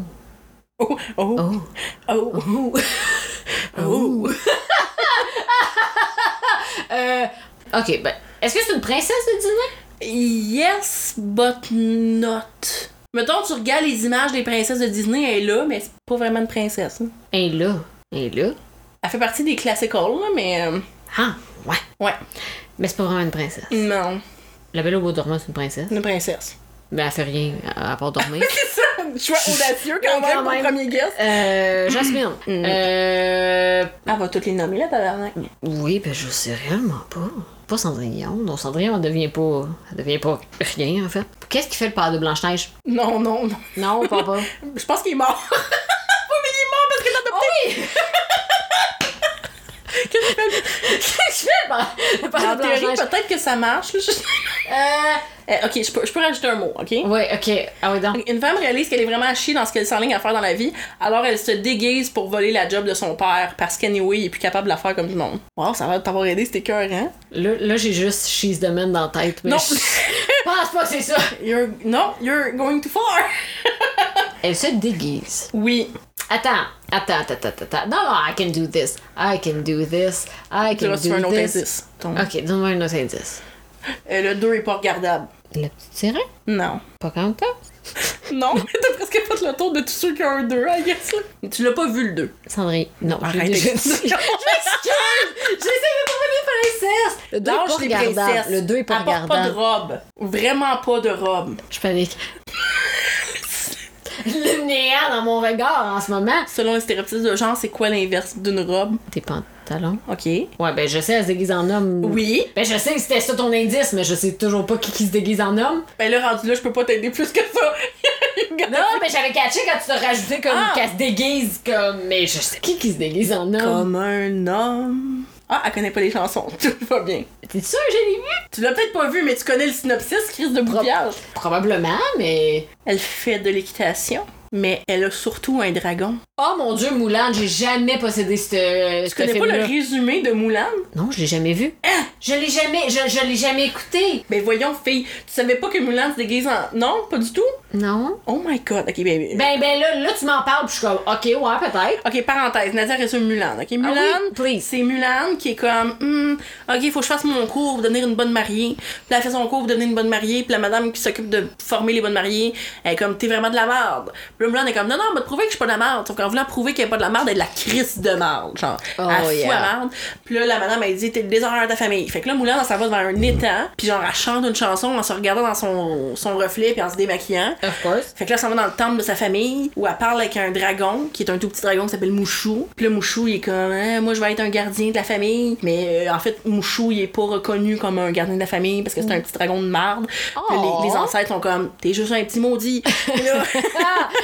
Speaker 1: Oh, oh,
Speaker 2: Oh.
Speaker 1: oh,
Speaker 2: Oh.
Speaker 1: oh.
Speaker 2: Euh, ok, ben, est-ce que c'est une princesse de Disney?
Speaker 1: Yes, but not. Mettons, tu regardes les images des princesses de Disney, elle est là, mais c'est pas vraiment une princesse. hein.
Speaker 2: Elle est là. Elle est là.
Speaker 1: Elle fait partie des classicals, là, mais... euh,
Speaker 2: Ah, ouais.
Speaker 1: ouais.
Speaker 2: Mais c'est pas vraiment une princesse.
Speaker 1: Non,
Speaker 2: La Belle au Bois dormant, c'est une princesse.
Speaker 1: une princesse.
Speaker 2: Mais elle fait rien, à à part dormir.
Speaker 1: C'est ça, un choix audacieux quand,
Speaker 2: Mais
Speaker 1: même,
Speaker 2: quand
Speaker 1: pour le
Speaker 2: même.
Speaker 1: premier guest.
Speaker 2: Euh, Jasmine.
Speaker 1: Mm.
Speaker 2: Euh,
Speaker 1: Elle Ah, va toutes les nommer, la tabarnak.
Speaker 2: Oui, ben je sais réellement pas. Pas Cendrillon. Non, Cendrillon, elle devient pas. Elle devient pas rien, en fait. Qu'est-ce qui fait le père de Blanche-Neige?
Speaker 1: Non, non, non.
Speaker 2: Non, papa.
Speaker 1: Je pense qu'il est mort. oui, mais il est mort parce qu'il a adopté.
Speaker 2: Qu'est-ce que tu fais, le père- le père
Speaker 1: ben, En
Speaker 2: de
Speaker 1: théorie,
Speaker 2: Blanche-Neige?
Speaker 1: peut-être que ça marche. là.
Speaker 2: Euh.
Speaker 1: Eh, ok, je peux, je peux rajouter un mot, ok?
Speaker 2: Ouais, ok. Ah oui, donc.
Speaker 1: Une femme réalise qu'elle est vraiment à chier dans ce qu'elle s'enligne à faire dans la vie, alors elle se déguise pour voler la job de son père parce qu'anyway, il est plus capable de la faire comme tout le monde. Wow, ça va t'avoir aidé, c'était cœur, hein?
Speaker 2: Là, là, j'ai juste She's the Man dans la tête. Mais
Speaker 1: Non.
Speaker 2: Je je pense pas que c'est ça.
Speaker 1: You're... Non, you're going too far!
Speaker 2: Elle se déguise.
Speaker 1: Oui.
Speaker 2: Attends, attends, attends, attends, attends. Non, non, I can do this. I can do this. I
Speaker 1: Tu
Speaker 2: can
Speaker 1: vas
Speaker 2: do
Speaker 1: un autre
Speaker 2: this.
Speaker 1: indice. Ton-
Speaker 2: Ok, donne-moi un autre indice.
Speaker 1: Euh, le 2 est pas regardable.
Speaker 2: La petite sirène?
Speaker 1: Non.
Speaker 2: Pas comme ça?
Speaker 1: Non, mais t'as presque fait le tour de tous ceux qui ont un 2, I guess. là. Tu l'as pas vu le 2.
Speaker 2: Cendrillon. Non, je
Speaker 1: Arrête
Speaker 2: l'ai déjà
Speaker 1: tes
Speaker 2: dit. Je m'excuse!
Speaker 1: discussions.
Speaker 2: J'essaie de trouver les princesses! Le 2
Speaker 1: Lâche les
Speaker 2: est pas regardable.
Speaker 1: princesses.
Speaker 2: Le 2 est pas
Speaker 1: Elle porte pas de
Speaker 2: regardable.
Speaker 1: robe. Vraiment pas de robe.
Speaker 2: Je panique. le néant dans mon regard en ce moment.
Speaker 1: Selon les stéréotypes de genre, c'est quoi l'inverse d'une robe?
Speaker 2: Tes pantalons.
Speaker 1: Ok.
Speaker 2: Ouais, ben je sais, elle se déguise en homme.
Speaker 1: Oui.
Speaker 2: Ben je sais que c'était ça ton indice, mais je sais toujours pas qui, qui se déguise en homme.
Speaker 1: Ben là, rendu là, je peux pas t'aider plus que ça.
Speaker 2: Non, mais j'avais catché quand tu te rajouté comme
Speaker 1: Ah.
Speaker 2: qu'elle se déguise comme. Mais je sais qui qui se déguise en homme.
Speaker 1: Comme un homme. Ah, elle connaît pas les chansons. Tout va bien.
Speaker 2: T'es sûr que j'ai vu?
Speaker 1: Tu l'as peut-être pas vu, mais tu connais le synopsis, crise de
Speaker 2: Pro-
Speaker 1: bouillage.
Speaker 2: Probablement, mais.
Speaker 1: Elle fait de l'équitation, mais elle a surtout un dragon.
Speaker 2: Oh mon dieu, Moulin, j'ai jamais possédé ce. euh,
Speaker 1: Tu
Speaker 2: ce
Speaker 1: connais pas le
Speaker 2: film-là.
Speaker 1: résumé de Moulin?
Speaker 2: Non, je l'ai jamais vu. Je l'ai jamais, je, je l'ai jamais écouté.
Speaker 1: Ben voyons, fille, tu savais pas que Moulin se déguise en. Non, pas du tout?
Speaker 2: Non.
Speaker 1: Oh my god, ok, ben.
Speaker 2: Ben ben là, là tu m'en parles, puis je suis comme, ok, ouais, peut-être.
Speaker 1: Ok, parenthèse, Nadia résume Mulan. Ok, Mulan,
Speaker 2: Ah oui, please.
Speaker 1: c'est Mulan qui est comme, Hmm, ok, faut que je fasse mon cours pour devenir une bonne mariée. Puis elle fait son cours pour devenir une bonne mariée. Puis la madame qui s'occupe de former les bonnes mariées, elle est comme, t'es vraiment de la merde. Puis Mulan est comme, non, non, on va te prouver que je suis pas de la merde. Sauf qu'en voulant prouver qu'elle est pas de la merde, elle est de la crise de merde. Genre,
Speaker 2: Oh,
Speaker 1: elle fout
Speaker 2: yeah.
Speaker 1: la merde. Puis là, la madame, elle dit, t'es le déshonneur de ta famille. Fait que là, Mulan, elle s'en va devant un étang. Puis genre, elle chante une chanson en se regardant dans son, son reflet puis en se démaquillant.
Speaker 2: Of course.
Speaker 1: Fait que là, ça va dans le temple de sa famille où elle parle avec un dragon qui est un tout petit dragon qui s'appelle Mouchou. Puis le Mouchou, il est comme Ah, moi je vais être un gardien de la famille, mais euh, en fait Mouchou, il est pas reconnu comme un gardien de la famille parce que c'est un petit dragon de marde. Puis là, les, les ancêtres sont comme t'es juste un petit maudit. Puis là,
Speaker 2: Ah,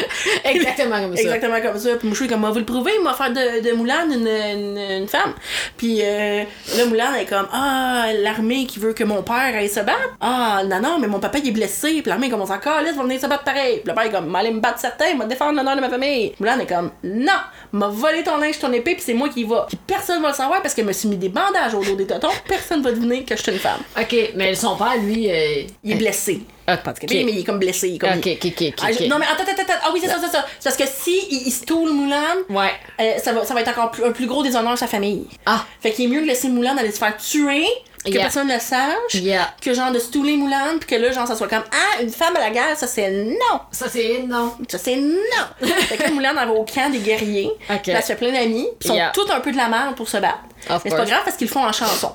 Speaker 2: exactement comme ça.
Speaker 1: Exactement comme ça. Puis Mouchou est comme, on va le prouver, il m'a offert de, de Moulin une, une, une femme. Puis euh, là, Moulin est comme, ah, l'armée qui veut que mon père aille se battre. Ah, non, non, mais mon papa, il est blessé. Puis l'armée commence encore, laisse, va venir se battre pareil. Puis le père est comme, m'allez me battre certain, m'a défendre l'honneur de ma famille. Moulin est comme, non, m'a volé ton linge, ton épée, puis c'est moi qui y va. Puis personne va le savoir parce que je me suis mis des bandages au dos des tontons. Personne va deviner que je suis une femme.
Speaker 2: Ok, mais son père, lui. Euh...
Speaker 1: Il est blessé.
Speaker 2: Ok,
Speaker 1: Parce que, Mais il est comme blessé. il est comme-
Speaker 2: ok, ok, ok. ok,
Speaker 1: Ah, je-
Speaker 2: ok.
Speaker 1: Non, mais attends, attends, attends. Ah oui, c'est ça, c'est ça. C'est parce que si il, il se tourne Moulin,
Speaker 2: Ouais.
Speaker 1: euh, ça, va, ça va être encore plus, un plus gros déshonneur à sa famille.
Speaker 2: Ah,
Speaker 1: Fait qu'il est mieux de laisser Moulin aller se faire tuer, que
Speaker 2: Yeah.
Speaker 1: personne ne le sache,
Speaker 2: yeah.
Speaker 1: que genre de stouler Moulin, puis que là, genre, ça soit comme Ah, une femme à la guerre, ça c'est non!
Speaker 2: Ça, c'est non.
Speaker 1: Ça c'est non! fait que là, Moulin, elle va au camp des guerriers,
Speaker 2: Ok.
Speaker 1: puis elle se fait plein d'amis, puis ils sont
Speaker 2: Yeah.
Speaker 1: tous un peu de la merde pour se battre.
Speaker 2: Of
Speaker 1: Mais c'est pas
Speaker 2: course.
Speaker 1: grave parce qu'ils le font en chanson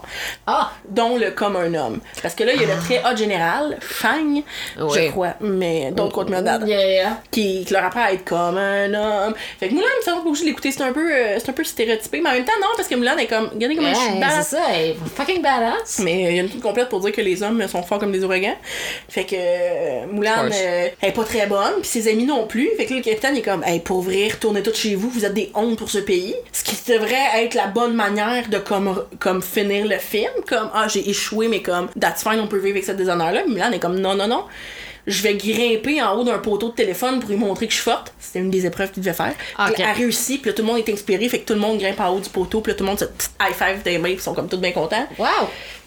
Speaker 2: Ah,
Speaker 1: dont le comme un homme. Parce que là, il y a le très haut général, Fang,
Speaker 2: Oui.
Speaker 1: je crois, mais
Speaker 2: Oh,
Speaker 1: d'autres côtes menades,
Speaker 2: yeah, yeah.
Speaker 1: qui, qui leur apprend à être comme un homme. Fait que Mulan, me semble obligé de l'écouter, c'est un peu euh, c'est un peu stéréotypé, mais en même temps, non, parce que Mulan est comme, regardez comment je suis
Speaker 2: Ouais, c'est
Speaker 1: badass.
Speaker 2: ça, elle est fucking badass.
Speaker 1: Mais euh, il y a une toute complète pour dire que les hommes euh, sont forts comme des ouragans. Fait que euh, Mulan,
Speaker 2: Of course.
Speaker 1: euh, elle est pas très bonne, puis ses amis non plus. Fait que là, le capitaine est comme, hey, pour vrai, retournez tous chez vous, vous êtes des hontes pour ce pays. Ce qui devrait être la bonne manière de comme, comme finir le film. Comme, ah, j'ai échoué, mais comme, that's fine, on peut vivre avec cette déshonneur-là. Mulan est comme, non, non, non. Je vais grimper en haut d'un poteau de téléphone pour lui montrer que je suis forte. C'était une des épreuves qu'il devait faire.
Speaker 2: Ok.
Speaker 1: Puis là, Elle réussit, puis là, tout le monde est inspiré, fait que tout le monde grimpe en haut du poteau, puis là, tout le monde se high-five des mains, puis ils sont comme tous bien contents.
Speaker 2: Wow.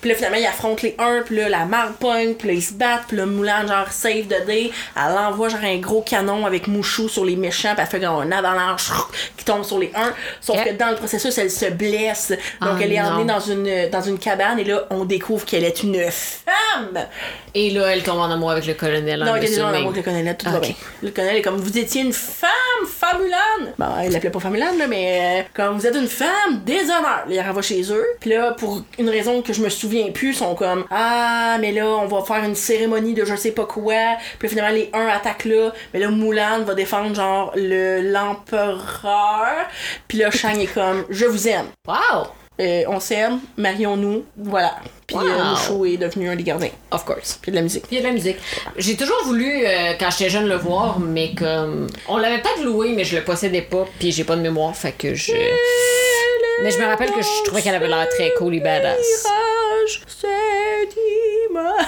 Speaker 1: Puis là, finalement, ils affrontent les uns, puis là, la marde pogne, puis là, ils se battent, puis là, Moulin, genre, save the day. Elle envoie, genre, un gros canon avec Mouchou sur les méchants, puis elle fait genre un avalanche qui tombe sur les uns. Sauf
Speaker 2: Ok.
Speaker 1: que dans le processus, elle se blesse. Donc,
Speaker 2: Ah,
Speaker 1: elle est emmenée
Speaker 2: non.
Speaker 1: dans une, dans une cabane, et là, on découvre qu'elle est une femme!
Speaker 2: Et là, elle tombe en amour avec le colonel.
Speaker 1: Non,
Speaker 2: en
Speaker 1: il y a des gens
Speaker 2: assuming.
Speaker 1: en amour avec Ah, le colonel, tout va
Speaker 2: Ok.
Speaker 1: bien. Le colonel est comme, vous étiez une femme, femme Famulane! Bon, il l'appelait pas Famulane, là, mais quand vous êtes une femme, déshonneur! Là, Il renvoie chez eux. Puis là, pour une raison que je me souviens plus, sont comme Ah, mais là, on va faire une cérémonie de je sais pas quoi. Puis finalement, les uns attaquent là. Mais là, Moulin va défendre, genre, le l'empereur. Puis là, Shang est comme Je vous aime.
Speaker 2: Wow!
Speaker 1: Euh, on s'aime, marions-nous. Voilà. Puis
Speaker 2: Wow.
Speaker 1: euh, Mushu est devenu un des gardiens.
Speaker 2: Of course.
Speaker 1: Puis de la musique.
Speaker 2: Puis il y a de la musique. J'ai toujours voulu, euh, quand j'étais jeune, le voir, mais comme. On l'avait peut-être loué, mais je le possédais pas, puis j'ai pas de mémoire, fait que je.
Speaker 1: Eh,
Speaker 2: Mais je me rappelle que je trouvais qu'elle avait l'air très cool et badass.
Speaker 1: Mirage, cette image.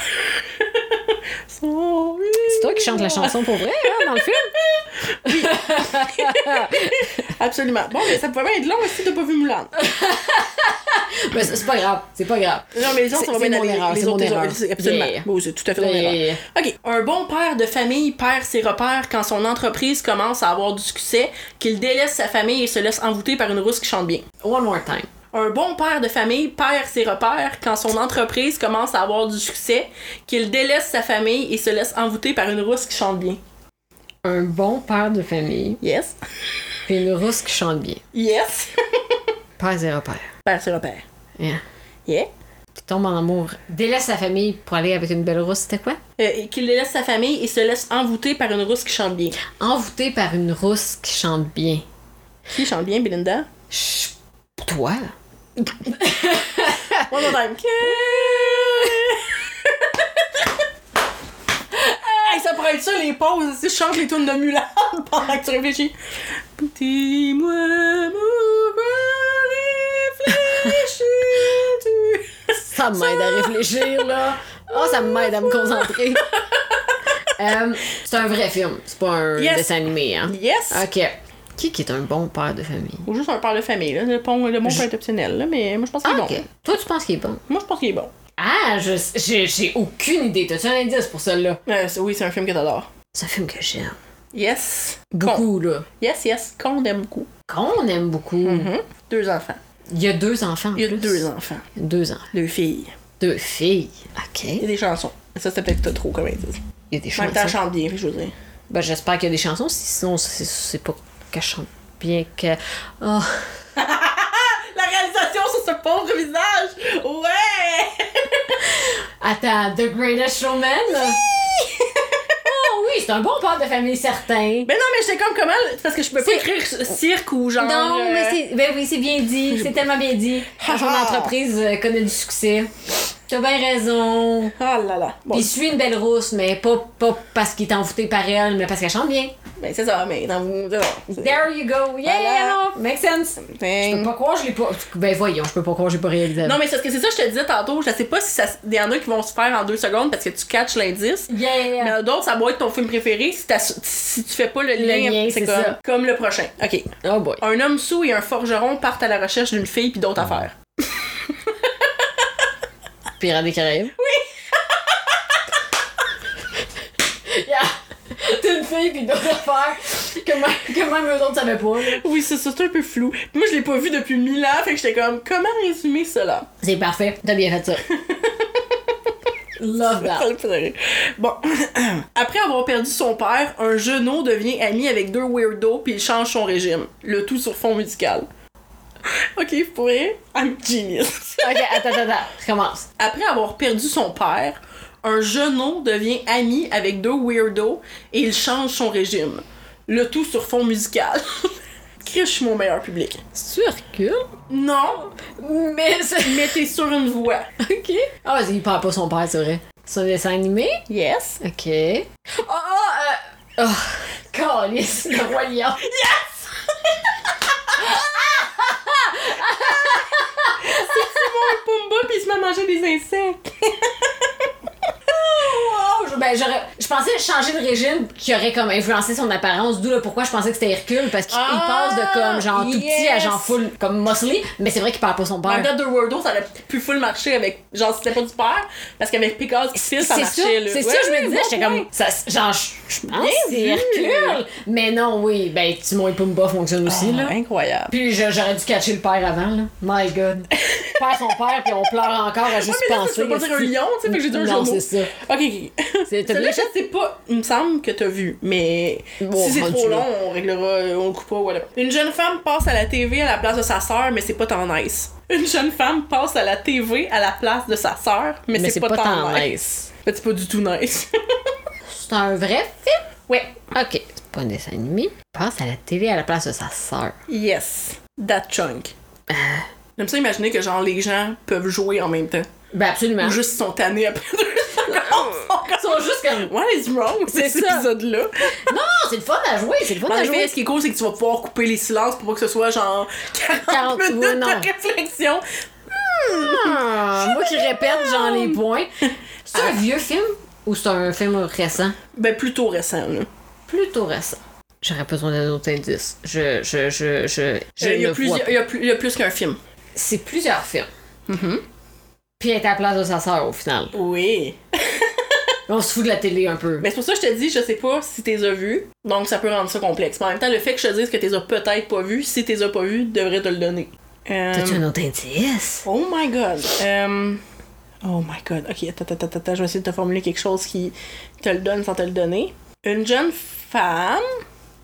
Speaker 1: Son
Speaker 2: C'est toi qui chantes la
Speaker 1: image.
Speaker 2: chanson pour vrai, hein, dans le film?
Speaker 1: Absolument. Bon, mais ça pouvait bien être long si t'as pas vu Mulan.
Speaker 2: Mais c'est c'est pas grave, c'est pas grave.
Speaker 1: Non, mais les autres,
Speaker 2: C'est-
Speaker 1: ça va
Speaker 2: c'est
Speaker 1: bien
Speaker 2: mon
Speaker 1: aller.
Speaker 2: erreur,
Speaker 1: les
Speaker 2: c'est
Speaker 1: autres,
Speaker 2: mon
Speaker 1: les autres,
Speaker 2: erreur.
Speaker 1: c'est- absolument.
Speaker 2: Yeah.
Speaker 1: Oui, c'est tout à fait mon
Speaker 2: Yeah,
Speaker 1: erreur.
Speaker 2: yeah, yeah.
Speaker 1: OK. Un bon père de famille perd ses repères quand son entreprise commence à avoir du succès, qu'il délaisse sa famille et se laisse envoûter par une rousse qui chante bien.
Speaker 2: One more time.
Speaker 1: Un bon père de famille perd ses repères quand son entreprise commence à avoir du succès, qu'il délaisse sa famille et se laisse envoûter par une rousse qui chante bien.
Speaker 2: Un bon père de famille,
Speaker 1: Yes.
Speaker 2: puis une rousse qui chante bien.
Speaker 1: Yes.
Speaker 2: Père et repère.
Speaker 1: perd ses repères.
Speaker 2: Yeah.
Speaker 1: Yeah.
Speaker 2: Qui tombe en amour. Délaisse sa famille pour aller avec une belle rousse, c'était quoi?
Speaker 1: Euh, et qu'il délaisse sa famille et se laisse envoûter par une rousse qui chante bien.
Speaker 2: Envoûté par une rousse qui chante bien.
Speaker 1: Qui chante bien, Belinda?
Speaker 2: Chut, toi?
Speaker 1: One more time. hey, ça pourrait être ça, les pauses. Tu chantes les tunes de Mulan pendant que tu réfléchis. Dis-moi, pourquoi réfléchis-tu?
Speaker 2: Ça m'aide à réfléchir, là. Oh, ça m'aide à me concentrer. Euh, c'est un vrai film, c'est pas un
Speaker 1: Yes.
Speaker 2: dessin animé, hein?
Speaker 1: Yes!
Speaker 2: Ok. Qui qui est un bon père de famille?
Speaker 1: Ou juste un père de famille. Là. Le, pont, le mot peut être optionnel, là, mais moi, je pense qu'il est
Speaker 2: Ah, ok.
Speaker 1: bon.
Speaker 2: Toi, tu penses qu'il est bon?
Speaker 1: Moi, je pense qu'il est bon.
Speaker 2: Ah, je- j'ai j'ai aucune idée. T'as-tu un indice pour celle-là?
Speaker 1: Euh, c'est- oui, c'est un film que t'adores.
Speaker 2: C'est un film que j'aime.
Speaker 1: Yes! Con.
Speaker 2: Beaucoup, là.
Speaker 1: Yes, yes. Qu'on aime beaucoup.
Speaker 2: Qu'on aime beaucoup.
Speaker 1: Mhm. Deux enfants.
Speaker 2: Il y a deux enfants. en
Speaker 1: Il y a
Speaker 2: plus.
Speaker 1: deux enfants.
Speaker 2: Deux enfants.
Speaker 1: Deux filles.
Speaker 2: Deux filles. OK.
Speaker 1: Il y a des chansons. Ça, c'est peut-être trop comme indice.
Speaker 2: Il y a des
Speaker 1: En même temps, elle
Speaker 2: chansons.
Speaker 1: chante bien, je veux dire.
Speaker 2: Ben, j'espère qu'il y a des chansons, sinon, c'est- c'est pas qu'elle chante bien que. Oh.
Speaker 1: La réalisation sur ce pauvre visage! Ouais!
Speaker 2: Attends, The Greatest Showman? oh oui, c'est un bon père de famille, certain.
Speaker 1: Mais non, mais j'étais comme comment? C'est Parce que je peux pas
Speaker 2: C'est-
Speaker 1: écrire cirque ou genre.
Speaker 2: non,
Speaker 1: euh,
Speaker 2: mais c'est. Ben oui, c'est bien dit. C'est tellement bien dit. Quand son entreprise euh, connaît du succès. T'as bien raison.
Speaker 1: Ah là là. Bon,
Speaker 2: Il suit une belle rousse, mais pas, pas parce qu'il est envoûté par elle, mais parce qu'elle chante bien.
Speaker 1: ben c'est ça, mais dans vous.
Speaker 2: There you go. Yeah,
Speaker 1: Voilà.
Speaker 2: non, make sense. Je peux pas croire, je l'ai pas. Ben voyons, je peux pas croire, j'ai pas réalisé.
Speaker 1: Non, mais c'est parce que c'est ça, que je te disais tantôt. Je sais pas si ça. Il y en a qui vont se faire en deux secondes parce que tu catches l'indice. Mais
Speaker 2: Yeah.
Speaker 1: en d'autres, ça doit être ton film préféré si, t'as- si tu fais pas le, lien.
Speaker 2: lien,
Speaker 1: c'est
Speaker 2: c'est
Speaker 1: comme,
Speaker 2: ça.
Speaker 1: comme le prochain. Ok.
Speaker 2: Oh boy.
Speaker 1: Un homme sous et un forgeron partent à la recherche d'une fille puis d'autres affaires.
Speaker 2: Pirates des Caraïbes. Oui! yeah. T'es une fille pis d'autres affaires que même, que même eux autres savaient pas. là.
Speaker 1: Oui, c'est ça, c'est un peu flou. Moi, je l'ai pas vu depuis mille ans, fait que j'étais comme, comment résumer cela?
Speaker 2: C'est parfait, t'as bien fait ça. Love
Speaker 1: Ça
Speaker 2: that.
Speaker 1: me fait rire. Ah, Bon, après avoir perdu son père, un jeune homme devient ami avec deux weirdos puis il change son régime. Le tout sur fond musical. Ok, pour vrai, I'm genius.
Speaker 2: Ok, attends, attends, attends, recommence.
Speaker 1: Après avoir perdu son père, un jeune homme devient ami avec deux weirdos et il change son régime. Le tout sur fond musical. Chris, je suis mon meilleur public.
Speaker 2: Tu recules?
Speaker 1: Non,
Speaker 2: Mais c'est.
Speaker 1: mais t'es sur une voie.
Speaker 2: Ok. Ah, il parle pas son père, c'est vrai. C'est un dessin animé?
Speaker 1: Yes.
Speaker 2: Ok. Oh, oh, euh. Oh, calice, le roi lion.
Speaker 1: Pumba puis il se met à manger des insectes.
Speaker 2: Wow, je- ben, j'aurais- je pensais changer de régime qui aurait comme influencé son apparence, d'où là pourquoi je pensais que c'était Hercule, parce qu'il il
Speaker 1: Ah,
Speaker 2: passe de comme genre tout petit à
Speaker 1: yes.
Speaker 2: genre full, comme muscly, mais c'est vrai qu'il parle pas son
Speaker 1: En
Speaker 2: père.
Speaker 1: date de Wordo, ça aurait pu full marcher avec. Genre, si c'était pas du père, parce qu'avec Picard, fils, ça
Speaker 2: C'est ça,
Speaker 1: marchait, là.
Speaker 2: c'est
Speaker 1: Ouais,
Speaker 2: ça, je me disais,
Speaker 1: bon
Speaker 2: j'étais
Speaker 1: point.
Speaker 2: comme, ça, genre, je je pense
Speaker 1: Bien
Speaker 2: que c'est
Speaker 1: vu.
Speaker 2: Hercule, mais non, oui, ben Timon et Pumba fonctionnent aussi,
Speaker 1: Ah,
Speaker 2: là.
Speaker 1: Incroyable.
Speaker 2: Puis je- j'aurais dû catcher le père avant, là. My god. perd son père, puis on pleure encore à juste
Speaker 1: mais là, ça, tu
Speaker 2: penser.
Speaker 1: peux pas dire un
Speaker 2: esti.
Speaker 1: lion, tu sais, fait que j'ai dit un
Speaker 2: Non,
Speaker 1: journaux.
Speaker 2: c'est ça.
Speaker 1: Ok, ok.
Speaker 2: C'est- t'as
Speaker 1: Celui-là,
Speaker 2: déjà-
Speaker 1: je sais pas, il me semble que t'as vu, mais
Speaker 2: Bon,
Speaker 1: si c'est
Speaker 2: rendu
Speaker 1: trop
Speaker 2: là.
Speaker 1: long, on réglera, euh, on le coupera, whatever. Une jeune femme passe à la TV à la place de sa sœur, mais c'est pas tant nice. Une jeune femme passe à la TV à la place de sa sœur, mais,
Speaker 2: Mais
Speaker 1: c'est pas, tant nice.
Speaker 2: nice.
Speaker 1: Fait que c'est pas du tout nice.
Speaker 2: C'est un vrai film?
Speaker 1: ouais,
Speaker 2: Ok. C'est pas un dessin animé. Passe à la télé à la place de sa sœur. Euh,
Speaker 1: yes, that chunk. J'aime ça imaginer que genre les gens peuvent jouer en même temps.
Speaker 2: Ben absolument.
Speaker 1: Ou juste ils sont tannés après deux secondes.
Speaker 2: Ils sont juste comme.
Speaker 1: What is wrong with
Speaker 2: C'est
Speaker 1: cet
Speaker 2: ça.
Speaker 1: épisode-là?
Speaker 2: Non, c'est le fun à jouer, c'est le fun
Speaker 1: Mais en
Speaker 2: à
Speaker 1: effet,
Speaker 2: jouer.
Speaker 1: ce qui est cool, c'est que tu vas pouvoir couper les silences pour pas que ce soit genre 40,
Speaker 2: 40,
Speaker 1: minutes
Speaker 2: ouais, non.
Speaker 1: de réflexion.
Speaker 2: Ah, moi qui répète, genre les points. C'est
Speaker 1: Euh.
Speaker 2: un vieux film ou c'est un film récent?
Speaker 1: Ben, plutôt récent, là.
Speaker 2: Plutôt récent. J'aurais besoin d'un autre indice. Je, je, je, je, je
Speaker 1: Euh, Il y,
Speaker 2: ne
Speaker 1: a plus-
Speaker 2: vois
Speaker 1: il y a plus- il y a plus qu'un film.
Speaker 2: c'est plusieurs films.
Speaker 1: Mm-hmm.
Speaker 2: Puis elle est à la place de sa sœur au final.
Speaker 1: Oui.
Speaker 2: On se fout de la télé un peu.
Speaker 1: Mais c'est pour ça que je te dis, je sais pas si t'es as vu, donc ça peut rendre ça complexe. Mais en même temps, le fait que je te dise que t'es as peut-être pas vu, si t'es as pas vu, devrait te le donner. Euh,
Speaker 2: T'as-tu un autre indice?
Speaker 1: Oh my god. Euh, Oh my god. Ok, attends, attends, attends, attends, je vais essayer de te formuler quelque chose qui te le donne sans te le donner. Une jeune femme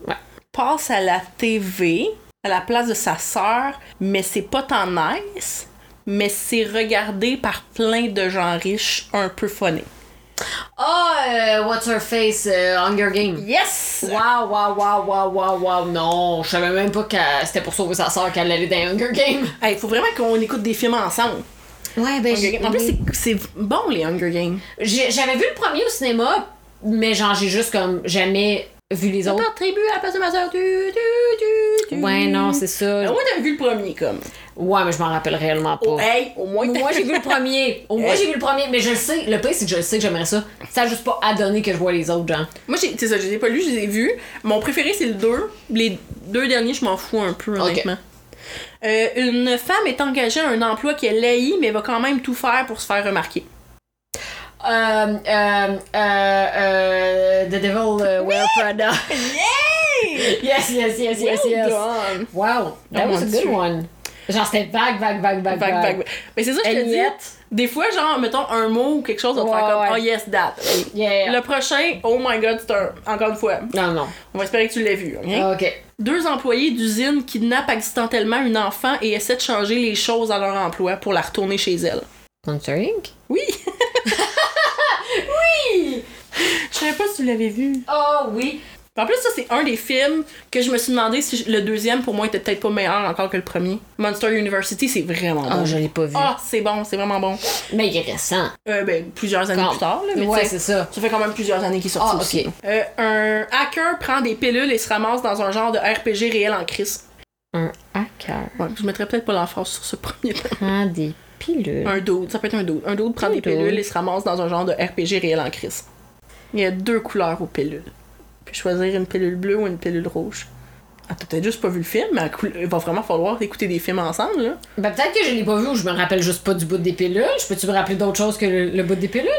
Speaker 2: Ouais.
Speaker 1: passe à la TV à la place de sa sœur, mais c'est pas tant nice, mais c'est regardé par plein de gens riches un peu phonés.
Speaker 2: Ah, euh, What's Her Face, euh, Hunger Game.
Speaker 1: Yes!
Speaker 2: Waouh, waouh, waouh, waouh, waouh, waouh. Non, je savais même pas que c'était pour sauver sa sœur qu'elle allait dans Hunger Game.
Speaker 1: Hey, faut vraiment qu'on écoute des films ensemble.
Speaker 2: Ouais, ben
Speaker 1: Hunger Games. En plus, c'est- c'est bon les Hunger Games.
Speaker 2: j'ai- j'avais vu le premier au cinéma, mais genre j'ai juste comme jamais vu les autres.
Speaker 1: tribu à la place de ma sœur. Du, du, du, du.
Speaker 2: Ouais, non, c'est
Speaker 1: Au
Speaker 2: ça.
Speaker 1: moins, t'avais vu le premier, comme.
Speaker 2: Ouais, mais je m'en rappelle réellement pas.
Speaker 1: Hey, Ah au moins, t'as-
Speaker 2: Moi, j'ai vu le premier. Au moins, j'ai vu le premier, mais je le sais. Le pire, c'est que je le sais que j'aimerais ça. Ça a juste pas à donner que je vois les autres, genre.
Speaker 1: Moi, j'ai- c'est ça, je les ai pas lus, je les ai vus. Mon préféré, c'est le 2. Les deux derniers, je m'en fous un peu, honnêtement. Euh, une femme est engagée à un emploi qu'elle haït, mais va quand même tout faire pour se faire remarquer.
Speaker 2: Euh, euh, euh, euh, The Devil euh, Wear Prada. Yes, yes, yes, yes, yes.
Speaker 1: Well
Speaker 2: Wow, that
Speaker 1: Oh,
Speaker 2: was a
Speaker 1: mon
Speaker 2: good
Speaker 1: Dieu.
Speaker 2: one. Genre, c'était vague, vague, vague, vague,
Speaker 1: done. Ah, Vague, vague,
Speaker 2: vague.
Speaker 1: vague. Mais c'est ça, je te
Speaker 2: And
Speaker 1: dis.
Speaker 2: yet,
Speaker 1: Des fois, genre, mettons un mot ou quelque chose, on va te faire
Speaker 2: Ouais,
Speaker 1: comme
Speaker 2: ouais.
Speaker 1: Oh yes, that.
Speaker 2: yeah.
Speaker 1: Le prochain, oh my god, c'est un. Encore une fois,
Speaker 2: Non, non.
Speaker 1: on va espérer que tu l'aies vu. ok?
Speaker 2: Ok.
Speaker 1: Deux employés d'usine kidnappent accidentellement une enfant et essaient de changer les choses à leur emploi pour la retourner chez elle.
Speaker 2: Monster Inc.
Speaker 1: Oui! oui! Je savais pas si tu l'avais vu.
Speaker 2: Oh oui.
Speaker 1: En plus, ça, c'est un des films que je me suis demandé si je- le deuxième, pour moi, était peut-être pas meilleur encore que le premier. Monster University, c'est vraiment
Speaker 2: Oh,
Speaker 1: bon.
Speaker 2: je l'ai pas vu.
Speaker 1: Ah, c'est bon, c'est vraiment bon.
Speaker 2: Mais il est récent.
Speaker 1: Euh, ben, plusieurs années
Speaker 2: Quand-
Speaker 1: plus tard, là, mais
Speaker 2: ouais,
Speaker 1: tu sais,
Speaker 2: c'est ça.
Speaker 1: ça fait quand même plusieurs années qu'il est sorti
Speaker 2: Ah, ok.
Speaker 1: aussi. Euh, un hacker prend des pilules et se ramasse dans un genre de RPG réel en crise.
Speaker 2: Un hacker
Speaker 1: Ouais, je mettrais peut-être pas l'emphase sur ce premier point.
Speaker 2: prend des pilules.
Speaker 1: Un dude, ça peut être un dude. Un dude prend
Speaker 2: Un
Speaker 1: des
Speaker 2: dude.
Speaker 1: pilules et se ramasse dans un genre de RPG réel en crise. Il y a deux couleurs aux pilules. Puis choisir une pilule bleue ou une pilule rouge. Ah, t'as peut-être juste pas vu le film, mais la couleur- il va vraiment falloir écouter des films ensemble, là.
Speaker 2: Ben peut-être que je l'ai pas vu ou je me rappelle juste pas du bout des pilules. Je peux-tu me rappeler d'autres choses que le, le bout des pilules?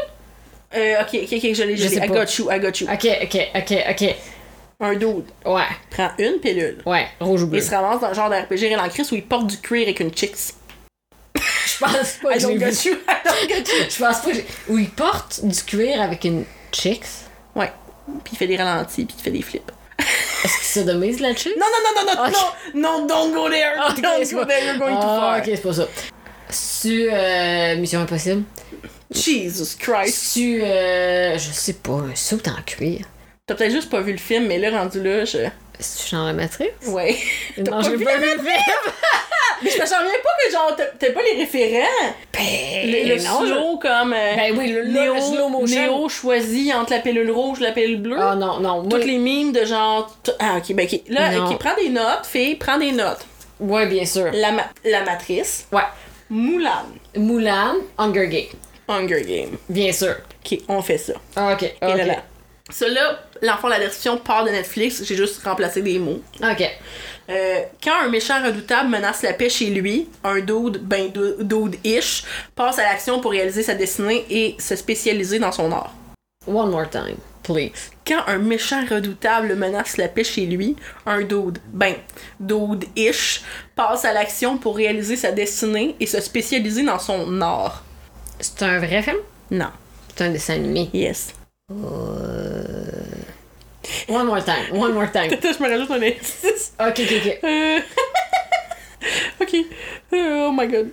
Speaker 1: Euh, ok, ok, ok, je l'ai, je
Speaker 2: Je
Speaker 1: l'ai.
Speaker 2: sais
Speaker 1: I
Speaker 2: pas.
Speaker 1: got you, I got you.
Speaker 2: Ok, ok, ok, ok.
Speaker 1: Un dude
Speaker 2: Ouais,
Speaker 1: prend une pilule.
Speaker 2: ouais, rouge ou bleu.
Speaker 1: Il se ramasse dans un genre de RPG réel en crise où il porte du cuir avec une chicks.
Speaker 2: Je pense pas
Speaker 1: I
Speaker 2: que je l'ai
Speaker 1: don't
Speaker 2: vu.
Speaker 1: got you, I don't got you.
Speaker 2: Je pense pas que j'ai- Ou il porte du cuir avec une chicks.
Speaker 1: Ouais. Puis il fait des ralentis, puis il fait des flips.
Speaker 2: Est-ce qu'il sodomise la chick?
Speaker 1: Non, non, non, non, non,
Speaker 2: Ok.
Speaker 1: non, non, don't go there,
Speaker 2: Ah, ok,
Speaker 1: don't
Speaker 2: c'est
Speaker 1: go
Speaker 2: pas-
Speaker 1: there, you're going too
Speaker 2: Ah,
Speaker 1: far.
Speaker 2: ok, c'est pas ça. Su euh, Mission Impossible.
Speaker 1: Jesus Christ.
Speaker 2: Su euh, je sais pas, un saut en cuir.
Speaker 1: T'as peut-être juste pas vu le film, mais là, rendu là, je.
Speaker 2: Est-ce genre la Matrix?
Speaker 1: Ouais. T'as
Speaker 2: Non,
Speaker 1: pas
Speaker 2: je l'ai
Speaker 1: vu
Speaker 2: pas vu le film.
Speaker 1: Mais je me souviens pas que, genre, t'as- t'as pas les référents. Le, le
Speaker 2: Ben, non, je-
Speaker 1: slow comme. euh,
Speaker 2: Ben oui, le, le- le slow
Speaker 1: Néo,
Speaker 2: motion.
Speaker 1: Néo choisi entre la pilule rouge et la pilule bleue.
Speaker 2: Ah non, non. Moi,
Speaker 1: Toutes les mimes de genre. t- Ah, ok, ben ok. Là,
Speaker 2: Non.
Speaker 1: ok, prends des notes, fille, prends des notes.
Speaker 2: Ouais, bien sûr.
Speaker 1: La, ma- la matrice,
Speaker 2: Ouais.
Speaker 1: Moulin,
Speaker 2: Mulan, Hunger Games.
Speaker 1: Hunger Game.
Speaker 2: Bien sûr. Ah,
Speaker 1: Ok, on fait ça.
Speaker 2: Ok,
Speaker 1: Et là,
Speaker 2: ok.
Speaker 1: là. Ça, là, l'enfant, la version part de Netflix, j'ai juste remplacé des mots.
Speaker 2: Ok.
Speaker 1: Euh, quand un méchant redoutable menace la paix chez lui, un dude, ben du- dude-ish, passe à l'action pour réaliser sa destinée et se spécialiser dans son art.
Speaker 2: One more time. please.
Speaker 1: Quand un méchant redoutable menace la paix chez lui, un dude, ben, dude-ish, passe à l'action pour réaliser sa destinée et se spécialiser dans son art.
Speaker 2: C'est un vrai film?
Speaker 1: Non.
Speaker 2: C'est un dessin animé.
Speaker 1: Yes.
Speaker 2: One more time, one more time.
Speaker 1: Attends, je me rajoute un exercice.
Speaker 2: Ok, ok, ok.
Speaker 1: Euh, ok. Euh, oh my god.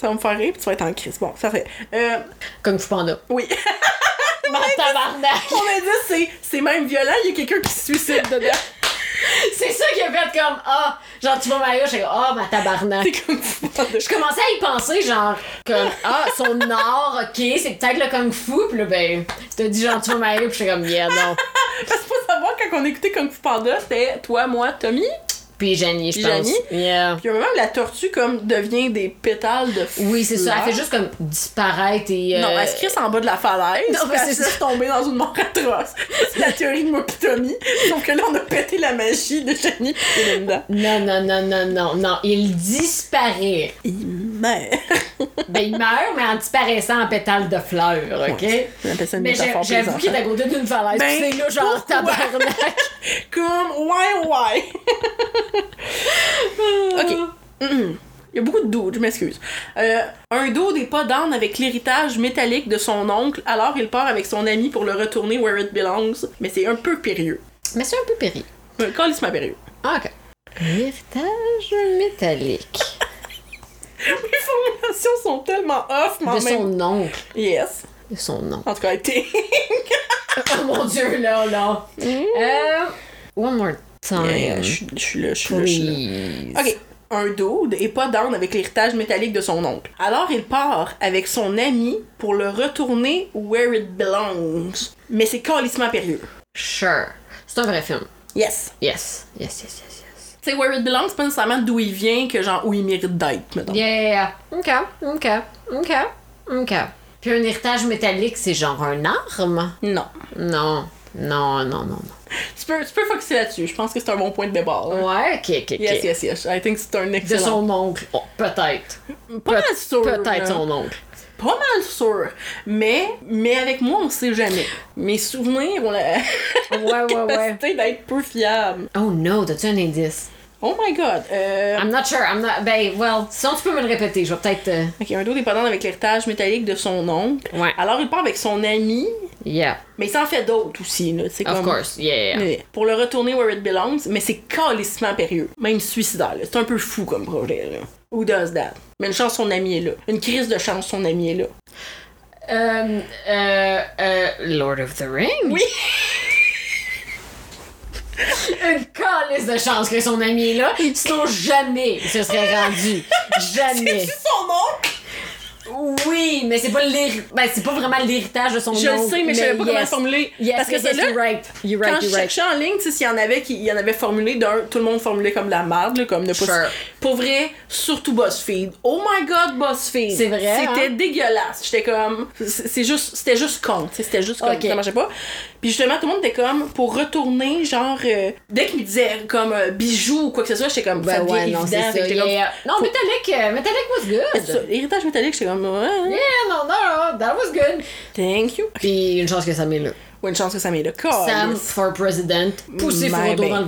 Speaker 1: Ça va me faire rire, puis tu vas être en crise. Bon, ça fait. Euh,
Speaker 2: Kung Fu Panda.
Speaker 1: oui.
Speaker 2: Bah, tabarnak!
Speaker 1: Mon indice, c'est, c'est même violent, il y a quelqu'un qui se suicide dedans.
Speaker 2: C'est ça qui a fait comme Ah! genre, tu vois ma gauche, j'ai oh, ma tabarnak.
Speaker 1: C'est comme
Speaker 2: Je commençais à y penser, genre, comme Ah, son art, ok, c'est peut-être le Kung Fu, pis là, ben, tu te dis, genre, tu vas ma gauche, pis j'étais comme Yeah, non.
Speaker 1: Parce qu'il faut savoir, quand on écoutait Kung Fu Panda, c'était toi, moi, Tommy.
Speaker 2: Puis Janie, je
Speaker 1: Puis
Speaker 2: pense.
Speaker 1: Janie.
Speaker 2: Yeah.
Speaker 1: Puis à un moment, la tortue, comme, devient des pétales de fleurs.
Speaker 2: Oui, c'est ça, elle fait juste comme disparaître et. euh,
Speaker 1: Non, elle se crisse en bas de la falaise.
Speaker 2: Non,
Speaker 1: puis
Speaker 2: mais
Speaker 1: elle
Speaker 2: c'est
Speaker 1: se laisse tomber dans une mort atroce. C'est la théorie de moi puis Tommy. Sauf que là, on a pété la magie de Jenny et Linda.
Speaker 2: Non, non, non, non, non, non, il disparaît.
Speaker 1: Il meurt.
Speaker 2: Ben, il meurt, mais en disparaissant en pétales de fleurs, ok?
Speaker 1: Ouais, on appelle ça une
Speaker 2: mais j'ai-
Speaker 1: métaphore pour les
Speaker 2: j'avoue qu'il est à côté d'une falaise,
Speaker 1: Ben,
Speaker 2: pis c'est là, genre,
Speaker 1: pourquoi?
Speaker 2: tabarnak.
Speaker 1: Comme, ouais, ouais. ok. Mhm. Il y a beaucoup de doutes, je m'excuse. Euh, un dos n'est pas down avec l'héritage métallique de son oncle, alors il part avec son ami pour le retourner where it belongs. Mais c'est un peu périlleux.
Speaker 2: Mais c'est un peu péri. Ah,
Speaker 1: Euh, Calissement périlleux.
Speaker 2: Ok. L'héritage métallique
Speaker 1: Les formulations sont tellement off, mais en
Speaker 2: de
Speaker 1: même-
Speaker 2: son oncle.
Speaker 1: Yes.
Speaker 2: De son nom.
Speaker 1: En tout cas, t'es.
Speaker 2: Oh mon dieu, là, là. Euh, one more time.
Speaker 1: Euh, Je je suis là, je suis là, je suis là.
Speaker 2: Please.
Speaker 1: Ok. Un dude est pas down avec l'héritage métallique de son oncle. Alors il part avec son ami pour le retourner where it belongs. Mais c'est calissement périlleux.
Speaker 2: Sure. C'est un vrai film.
Speaker 1: Yes.
Speaker 2: Yes. Yes, yes, yes, yes.
Speaker 1: Tu sais, where it belongs, c'est pas nécessairement d'où il vient que genre où il mérite d'être, mettons.
Speaker 2: Yeah. Ok, ok, ok, ok. Puis un héritage métallique, c'est genre un arme?
Speaker 1: Non.
Speaker 2: Non. Non, non, non, non.
Speaker 1: Tu peux, tu peux focuser là-dessus. Je pense que c'est un bon point de départ. hein.
Speaker 2: Ouais, ok, ok, ok.
Speaker 1: Yes, yes, yes. I think c'est un
Speaker 2: De
Speaker 1: excellent.
Speaker 2: son oncle. Oh, peut-être.
Speaker 1: Pas mal sûr. là.
Speaker 2: Peut-être son oncle.
Speaker 1: Pas mal sûr. Mais, mais avec moi, on sait jamais. Mes souvenirs ont la
Speaker 2: Ouais, ouais, ouais.
Speaker 1: capacité d'être peu fiables.
Speaker 2: Oh no, t'as-tu un indice?
Speaker 1: Oh my god. Euh...
Speaker 2: I'm not sure, I'm not. Ben, well, sinon tu peux me le répéter, je vais peut-être. euh,
Speaker 1: Ok, un dos dépendant avec l'héritage métallique de son oncle.
Speaker 2: Ouais.
Speaker 1: Alors il part avec son ami,
Speaker 2: Yeah,
Speaker 1: mais il s'en fait d'autres aussi, là. C'est
Speaker 2: of
Speaker 1: comme-
Speaker 2: course, yeah.
Speaker 1: Mais Pour le retourner where it belongs, mais c'est calissement périlleux. Même suicidaire, là. C'est un peu fou comme projet, là. Who does that? Mais une chance, son ami est là. Une crise de chance, son ami est là.
Speaker 2: Euh, euh, euh, Lord of the Rings?
Speaker 1: Oui.
Speaker 2: Une calisse de chance que son ami est là, sinon jamais il se serait rendu. Jamais.
Speaker 1: son oncle?
Speaker 2: Oh Oui, mais c'est pas l'héri- ben, c'est pas vraiment l'héritage de son
Speaker 1: Je le
Speaker 2: oncle,
Speaker 1: sais, mais je savais pas comment le
Speaker 2: yes.
Speaker 1: formuler.
Speaker 2: Yes,
Speaker 1: Parce que
Speaker 2: yes,
Speaker 1: c'est
Speaker 2: yes,
Speaker 1: là-
Speaker 2: you're right. You're
Speaker 1: Quand
Speaker 2: right,
Speaker 1: je
Speaker 2: you're right.
Speaker 1: cherchais en ligne, tu sais, s'il y en avait qui il y en avait formulé d'un, tout le monde formulait comme de la merde, là, comme ne pas.
Speaker 2: Sure.
Speaker 1: Pour vrai, surtout BuzzFeed. Oh my god, BuzzFeed!
Speaker 2: C'est vrai,
Speaker 1: C'était
Speaker 2: hein?
Speaker 1: dégueulasse. J'étais comme. c'est c'est juste, c'était juste con, tu sais, c'était juste comme.
Speaker 2: Ok.
Speaker 1: Ça marchait pas. Puis justement, tout le monde était comme, pour retourner, genre. euh, dès qu'ils me disaient comme euh, bijoux ou quoi que ce soit, j'étais comme, ça
Speaker 2: Ben
Speaker 1: devient
Speaker 2: ouais,
Speaker 1: évident.
Speaker 2: non, c'est ça.
Speaker 1: Fait que j'étais comme,
Speaker 2: yeah. Non,
Speaker 1: faut-
Speaker 2: Metallic, euh, Metallic was good.
Speaker 1: Ça, Héritage métallique, j'étais comme, ouais, hein.
Speaker 2: Yeah, non, non, non, that was good.
Speaker 1: thank you.
Speaker 2: Puis une chance que Sam est là.
Speaker 1: Ouais, une chance que ça m'est le corps.
Speaker 2: Sam for president. Poussez
Speaker 1: My
Speaker 2: Frodo
Speaker 1: babe.
Speaker 2: dans le,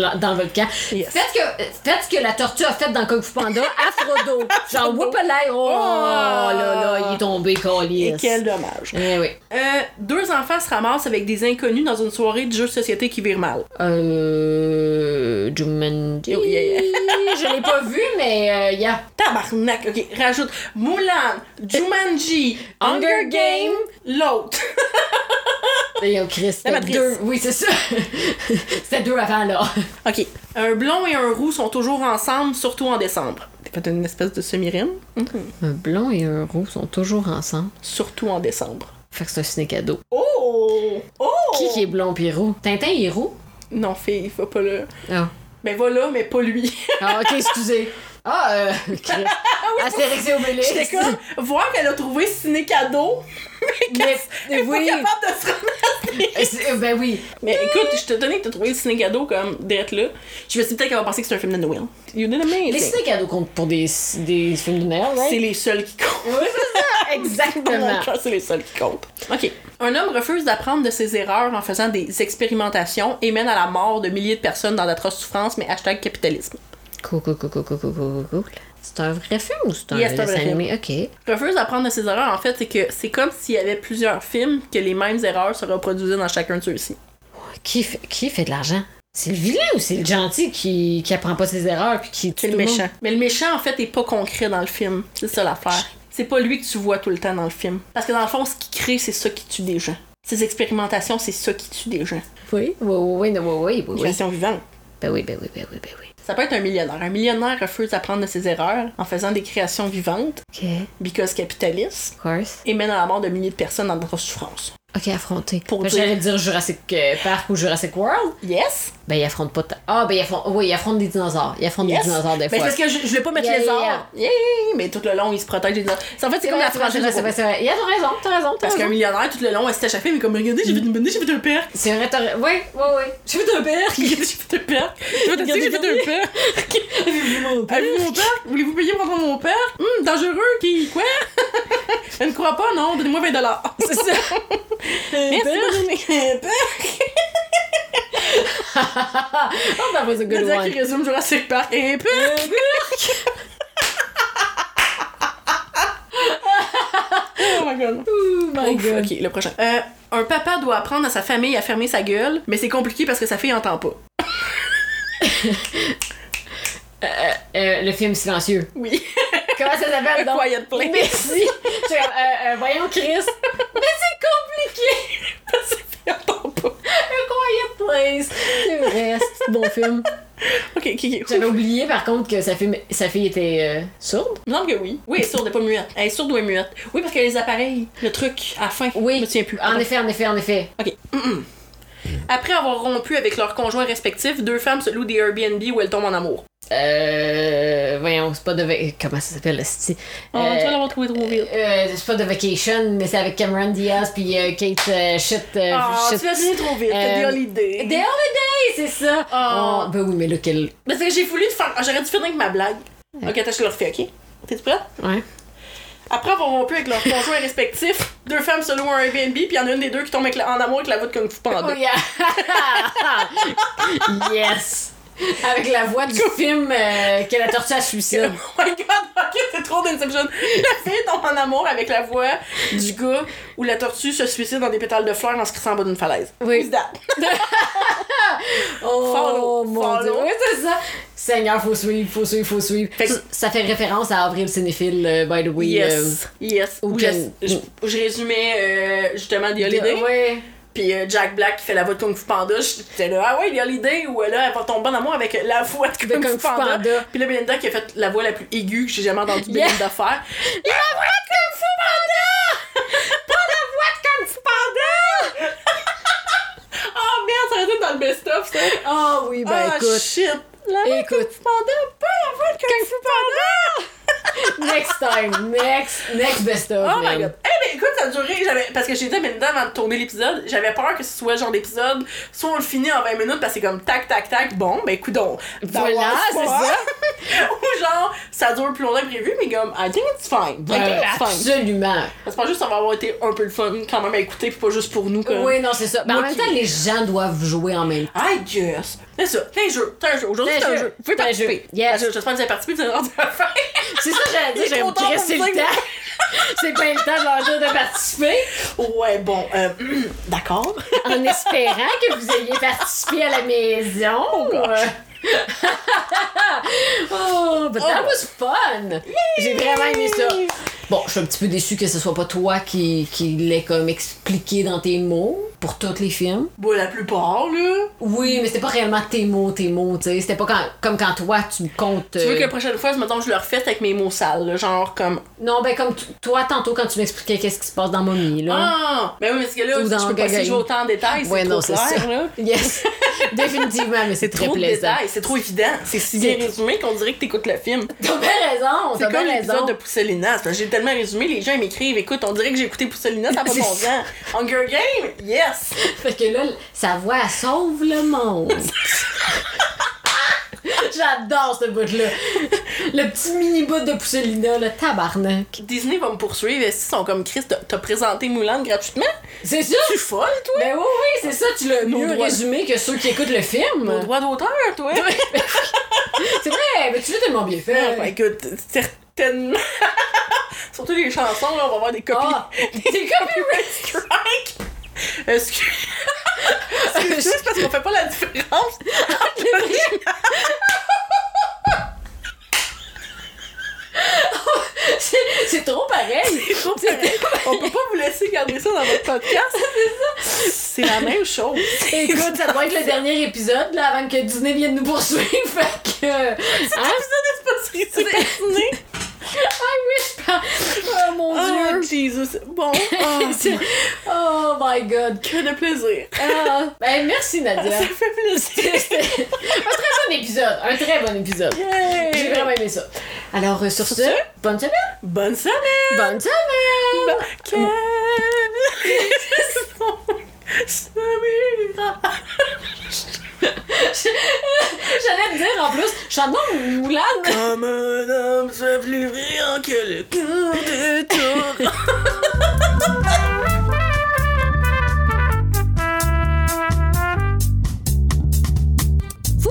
Speaker 2: vol- dans le volcan.
Speaker 1: Yes.
Speaker 2: Faites, que, faites ce que la tortue a fait dans Kung Fu Panda à Frodo. Genre, whoopalay, oh, là là, il est tombé,
Speaker 1: Et
Speaker 2: collier.
Speaker 1: quel dommage.
Speaker 2: Eh oui.
Speaker 1: Euh, deux enfants se ramassent avec des inconnus dans une soirée de jeux de société qui vire mal.
Speaker 2: Euh. Jumanji.
Speaker 1: Oh, yeah, yeah.
Speaker 2: Je l'ai pas vu, mais euh, yeah.
Speaker 1: Tabarnak, ok, rajoute Mulan, Jumanji, Hunger
Speaker 2: Hunger
Speaker 1: Game,
Speaker 2: Game,
Speaker 1: l'autre.
Speaker 2: Et, oh, Chris, c'était
Speaker 1: matrice.
Speaker 2: deux. Oui, c'est ça. c'était deux avant, là.
Speaker 1: ok, un blond et un roux sont toujours ensemble, surtout en décembre. T'as fait une espèce de semi-rime?
Speaker 2: Un blond et un roux sont toujours ensemble.
Speaker 1: Surtout en décembre.
Speaker 2: Fait que c'est un ciné cadeau.
Speaker 1: Oh! Oh!
Speaker 2: Qui qui est blond pis roux? Tintin, il est roux?
Speaker 1: Non, fille, il faut pas là.
Speaker 2: Ah.
Speaker 1: Ben voilà, mais pas lui.
Speaker 2: Ah, ok, excusez. Ah, euh. Chris. Astérix et Obélix.
Speaker 1: J'étais comme, voir qu'elle a trouvé ciné cadeau,
Speaker 2: Mais,
Speaker 1: elle est
Speaker 2: Eh oui.
Speaker 1: pas capable de se rendre
Speaker 2: c'est- Ben oui.
Speaker 1: Mais écoute, je te donnais que t'as trouvé le ciné cadeau comme d'être là. Je me suis dit peut-être qu'elle va penser que c'est un film de Noël. You did amazing.
Speaker 2: Les ciné cadeaux comptent pour des, des films de Noël, right?
Speaker 1: C'est les seuls qui comptent.
Speaker 2: Oui, c'est ça.
Speaker 1: Dans mon
Speaker 2: Exactement.
Speaker 1: cœur, c'est les seuls qui comptent. Ok. Un homme refuse d'apprendre de ses erreurs en faisant des expérimentations et mène à la mort de milliers de personnes dans d'atroces souffrances, mais hashtag capitalisme.
Speaker 2: Cool, cool, cool, cool, cool, cool, cool, cool. C'est un vrai film ou c'est un
Speaker 1: Yes, c'est un
Speaker 2: dessin
Speaker 1: vrai film.
Speaker 2: animé? Ok.
Speaker 1: Refuse d'apprendre de ses erreurs, en fait, c'est que c'est comme s'il y avait plusieurs films que les mêmes erreurs se reproduisaient dans chacun de ceux-ci.
Speaker 2: Qui fait, qui fait de l'argent? C'est le vilain ou c'est le gentil qui, qui apprend pas ses erreurs puis qui tue
Speaker 1: C'est le
Speaker 2: tout monde?
Speaker 1: méchant. Mais le méchant, en fait, est pas concret dans le film. C'est ça l'affaire. C'est pas lui que tu vois tout le temps dans le film. Parce que dans le fond, ce qu'il crée, c'est ça qui tue des gens. Ces expérimentations, c'est ça qui tue des gens.
Speaker 2: Oui, oui, oui, oui, oui, oui,
Speaker 1: Une
Speaker 2: oui.
Speaker 1: question vivante.
Speaker 2: Ben oui, ben oui, ben oui, ben oui.
Speaker 1: Ça peut être un millionnaire. Un millionnaire refuse d'apprendre de ses erreurs en faisant des créations vivantes,
Speaker 2: Ok,
Speaker 1: because capitaliste,
Speaker 2: of course.
Speaker 1: et mène à la mort de milliers de personnes dans notre souffrance.
Speaker 2: Ok, affronter.
Speaker 1: Pour
Speaker 2: Ben,
Speaker 1: dire-
Speaker 2: J'allais dire Jurassic euh, Park ou Jurassic World.
Speaker 1: Yes!
Speaker 2: Ben, ils affrontent pas. ta- Ah, ben, ils affrontent. Oui, ils affrontent des dinosaures. Ils affrontent
Speaker 1: Yes!
Speaker 2: des dinosaures des
Speaker 1: Mais c'est
Speaker 2: fois.
Speaker 1: parce que je, je vais pas mettre
Speaker 2: Yeah,
Speaker 1: les
Speaker 2: yeah,
Speaker 1: arts. Yeah, yeah, yeah. Mais tout le long, il se protège des dinosaures. C'est- En fait, c'est comme la
Speaker 2: vrai,
Speaker 1: française.
Speaker 2: vrai,
Speaker 1: au
Speaker 2: c'est vrai,
Speaker 1: Québec.
Speaker 2: c'est vrai. Yeah, t'as raison, t'as raison, t'as
Speaker 1: Parce qu'un
Speaker 2: raison.
Speaker 1: millionnaire, tout le long, elle s'est échappée, mais comme regardez, j'ai fait une bonne, j'ai fait un père.
Speaker 2: C'est vrai, t'as raison. Oui, oui, oui. J'ai vu un berg.
Speaker 1: Regardez, j'ai fait un père. Regardez, j'ai fait un père. Avez-vous mon père? Voulez-vous payer pour avoir mon père? Hum, dangereux, qui. Quoi? Je ne crois pas, non? Donnez-moi 20 dollars.
Speaker 2: C'est ça.
Speaker 1: Merci, bonne journée.
Speaker 2: Oh, that was a good
Speaker 1: Nadia qui
Speaker 2: one.
Speaker 1: résume Jurassic Park un peu. oh my god.
Speaker 2: Oh my
Speaker 1: Ouf,
Speaker 2: god.
Speaker 1: ok, le prochain. Euh, un papa doit apprendre à sa famille à fermer sa gueule, mais c'est compliqué parce que sa fille entend pas.
Speaker 2: Euh, le film silencieux.
Speaker 1: Oui.
Speaker 2: Comment ça s'appelle donc?
Speaker 1: Quiet Place.
Speaker 2: Merci. Je suis comme, euh, euh, voyons Chris. Mais c'est compliqué.
Speaker 1: sa fille entend pas.
Speaker 2: A Quiet Place. C'est vrai, c'est un bon film.
Speaker 1: Ok, ok, ok.
Speaker 2: J'avais oublié par contre que sa fille, sa fille était euh, sourde.
Speaker 1: Il me semble que oui. Oui, elle est sourde, elle est pas muette. Elle est sourde ou elle est muette. Oui, parce que les appareils, le truc, à la fin.
Speaker 2: Oui.
Speaker 1: Je me tiens plus.
Speaker 2: En effet, en effet, en effet.
Speaker 1: Ok. Mm-mm. Après avoir rompu avec leurs conjoints respectifs, deux femmes se louent des Airbnb où elles tombent en amour.
Speaker 2: Euh, voyons, c'est pas de. va- Comment ça s'appelle, le style?
Speaker 1: On va l'avoir trouvé trop vite.
Speaker 2: Euh, c'est pas de vacation, mais c'est avec Cameron Diaz puis euh, Kate euh, shit. euh,
Speaker 1: Ah,
Speaker 2: shit.
Speaker 1: tu l'as donné trop vite. T'as
Speaker 2: Euh,
Speaker 1: des holidays.
Speaker 2: The Holiday, c'est ça.
Speaker 1: Ah.
Speaker 2: Oh, ben oui, mais lequel?
Speaker 1: Mais c'est que j'ai voulu te faire. ah, J'aurais dû finir avec ma blague. Ok, attends, je te le refais, ok? T'es prête?
Speaker 2: Ouais.
Speaker 1: Après avoir rompu avec leurs conjoints respectifs, deux femmes se louent un Airbnb, puis il y en a une des deux qui tombe avec la- en amour avec la voûte Kung Fu Panda.
Speaker 2: Oh yeah. yes. Avec la voix du film euh, qu'elle a torturé à suicide.
Speaker 1: Oh my god, ok, c'est trop d'inception. La fille tombe en amour avec la voix du gars où la tortue se suicide dans des pétales de fleurs en se crissant en bas d'une falaise.
Speaker 2: Oui.
Speaker 1: Who's that?
Speaker 2: Oh
Speaker 1: Follow,
Speaker 2: mon
Speaker 1: follow.
Speaker 2: dieu. Oui, c'est ça. Seigneur, faut suivre, faut suivre, faut suivre.
Speaker 1: Fait que-
Speaker 2: Ça, ça fait référence à Avril Cinéphile, euh, by the way. euh,
Speaker 1: yes. Yes.
Speaker 2: ou
Speaker 1: Ou
Speaker 2: Ken-
Speaker 1: je, je- je résumais euh, justement The Holiday.
Speaker 2: Ouais.
Speaker 1: Puis euh, Jack Black qui fait la voix de Kung Fu Panda. J'étais là, ah ouais, The Holiday, où euh, là, elle va tomber en amour avec la voix de Kung,
Speaker 2: De Kung
Speaker 1: Fu
Speaker 2: Fu
Speaker 1: Panda.
Speaker 2: Panda.
Speaker 1: Puis là, Belinda qui a fait la voix la plus aiguë que j'ai jamais entendue
Speaker 2: Yeah.
Speaker 1: Belinda faire. La voix de Kung Fu Panda! Pas la voix de Kung Fu Panda! oh merde, ça aurait été dans le best-of, ça.
Speaker 2: Ah oui, ben
Speaker 1: Ah,
Speaker 2: écoute.
Speaker 1: shit. La voix de Kung
Speaker 2: Écoute.
Speaker 1: Fu Panda, pas la voix de Kung, Fu Panda!
Speaker 2: Next time, next, next best of.
Speaker 1: Oh my
Speaker 2: man. Euh,
Speaker 1: god! Eh ben écoute, ça a duré, j'avais, parce que j'étais maintenant avant de tourner l'épisode, j'avais peur que ce soit le genre d'épisode, soit on le finit en 20 minutes parce que c'est comme tac tac tac, bon, ben coudon.
Speaker 2: Voilà, c'est ça.
Speaker 1: Ou genre, ça dure plus longtemps que prévu, mais comme, I think it's fine. I think
Speaker 2: Ben,
Speaker 1: it's fine.
Speaker 2: absolument.
Speaker 1: Parce que juste, ça va avoir été un peu le fun quand même à écouter, puis pas juste pour nous. Comme.
Speaker 2: Oui, non, c'est ça. Ben, en
Speaker 1: Moi
Speaker 2: même
Speaker 1: qui-
Speaker 2: temps, les gens doivent jouer en même temps.
Speaker 1: I guess. C'est ça, c'est un jeu, c'est un jeu. Aujourd'hui,
Speaker 2: C'est
Speaker 1: c'est
Speaker 2: un
Speaker 1: un
Speaker 2: jeu.
Speaker 1: jeu. Vous pouvez
Speaker 2: C'est un
Speaker 1: participer.
Speaker 2: jeu. Yes.
Speaker 1: Parce que J'espère que vous avez participé, vous avez rendu à la fin.
Speaker 2: C'est ça, j'allais
Speaker 1: Il est
Speaker 2: dire, j'allais
Speaker 1: trop
Speaker 2: me
Speaker 1: tard pour
Speaker 2: crisser
Speaker 1: me
Speaker 2: le
Speaker 1: dire.
Speaker 2: temps. C'est pas le temps de leur dire de participer.
Speaker 1: Ouais, bon, euh, d'accord.
Speaker 2: En espérant que vous ayez participé à la maison. oh, but that was fun! J'ai vraiment aimé ça. Bon, je suis un petit peu déçue que ce soit pas toi qui, qui l'ait comme expliqué dans tes mots pour tous les films.
Speaker 1: Bon, la plupart, là.
Speaker 2: Oui, mais c'était pas réellement tes mots, tes mots, tu sais. C'était pas quand- comme quand toi, tu me comptes.
Speaker 1: Tu veux
Speaker 2: euh,
Speaker 1: que la prochaine fois, je me je le refais avec mes mots sales, là, genre comme
Speaker 2: Non, ben comme t- toi, tantôt, quand tu m'expliquais qu'est-ce qui se passe dans Mommy, là.
Speaker 1: Ah! Ben oui, mais c'est que là,
Speaker 2: Ou
Speaker 1: je
Speaker 2: dans
Speaker 1: peux pas
Speaker 2: Gaga.
Speaker 1: si je vais autant en détail, c'est
Speaker 2: Ouais,
Speaker 1: trop
Speaker 2: non, c'est
Speaker 1: clair,
Speaker 2: ça.
Speaker 1: là.
Speaker 2: Yes! Définitivement, mais c'est très
Speaker 1: Trop de
Speaker 2: plaisant.
Speaker 1: détails, c'est trop évident. C'est si bien résumé qu'on dirait que t'écoutes le film.
Speaker 2: T'as bien raison,
Speaker 1: C'est
Speaker 2: t'as bien
Speaker 1: comme l'épisode
Speaker 2: raison.
Speaker 1: de Pousselina. c'est parce que J'ai tellement résumé, les gens ils m'écrivent écoute, on dirait que j'ai écouté Pousselina, ça n'a pas de
Speaker 2: C'est
Speaker 1: bon sens.
Speaker 2: ça.
Speaker 1: Hunger Game? Yes!
Speaker 2: Fait que là, sa voix elle sauve le monde. J'adore ce bout-là. Le petit mini-bout de Pousselina, le tabarnak.
Speaker 1: Disney va me poursuivre. Est-ce qu'ils sont comme Chris, t'as- t'as présenté Moulin gratuitement?
Speaker 2: C'est ça?
Speaker 1: Tu es folle, toi?
Speaker 2: Ben oui, oui, c'est ça, tu l'as
Speaker 1: Nos
Speaker 2: mieux
Speaker 1: droits.
Speaker 2: résumé que ceux qui écoutent le
Speaker 1: Nos
Speaker 2: film.
Speaker 1: droits d'auteur, toi?
Speaker 2: C'est vrai, mais tu l'as tellement bien fait.
Speaker 1: Ah, bah, écoute, certainement. Surtout les chansons, là, on va avoir des copies.
Speaker 2: Ah, c'est copyright.
Speaker 1: Strike! Excuse- Excuse-moi, c'est parce qu'on fait pas la différence.
Speaker 2: C'est- C'est trop pareil.
Speaker 1: on peut pas vous laisser garder ça dans votre podcast. C'est la même chose.
Speaker 2: Écoute, ça doit être le dernier épisode, là, avant que Disney vienne nous poursuivre. Fait que. Hein?
Speaker 1: Cet épisode est sponsorisé par Disney.
Speaker 2: Oh mon
Speaker 1: Oh,
Speaker 2: dieu.
Speaker 1: Jesus. Bon, oh,
Speaker 2: C'est- Oh my god.
Speaker 1: que de plaisir.
Speaker 2: Ah. Ben, merci, Nadia.
Speaker 1: Ça fait plaisir.
Speaker 2: C'était un très bon épisode. Un très bon épisode. J'ai
Speaker 1: Yay!
Speaker 2: vraiment aimé ça. Alors, euh, sur ce,
Speaker 1: ce,
Speaker 2: bonne semaine.
Speaker 1: Bonne semaine!
Speaker 2: Bonne semaine.
Speaker 1: Quel Samira!
Speaker 2: J'allais te dire en plus, Chandon ou Moulin.
Speaker 1: Comme un homme, c'est plus rien que le cœur de taureau.
Speaker 2: Vous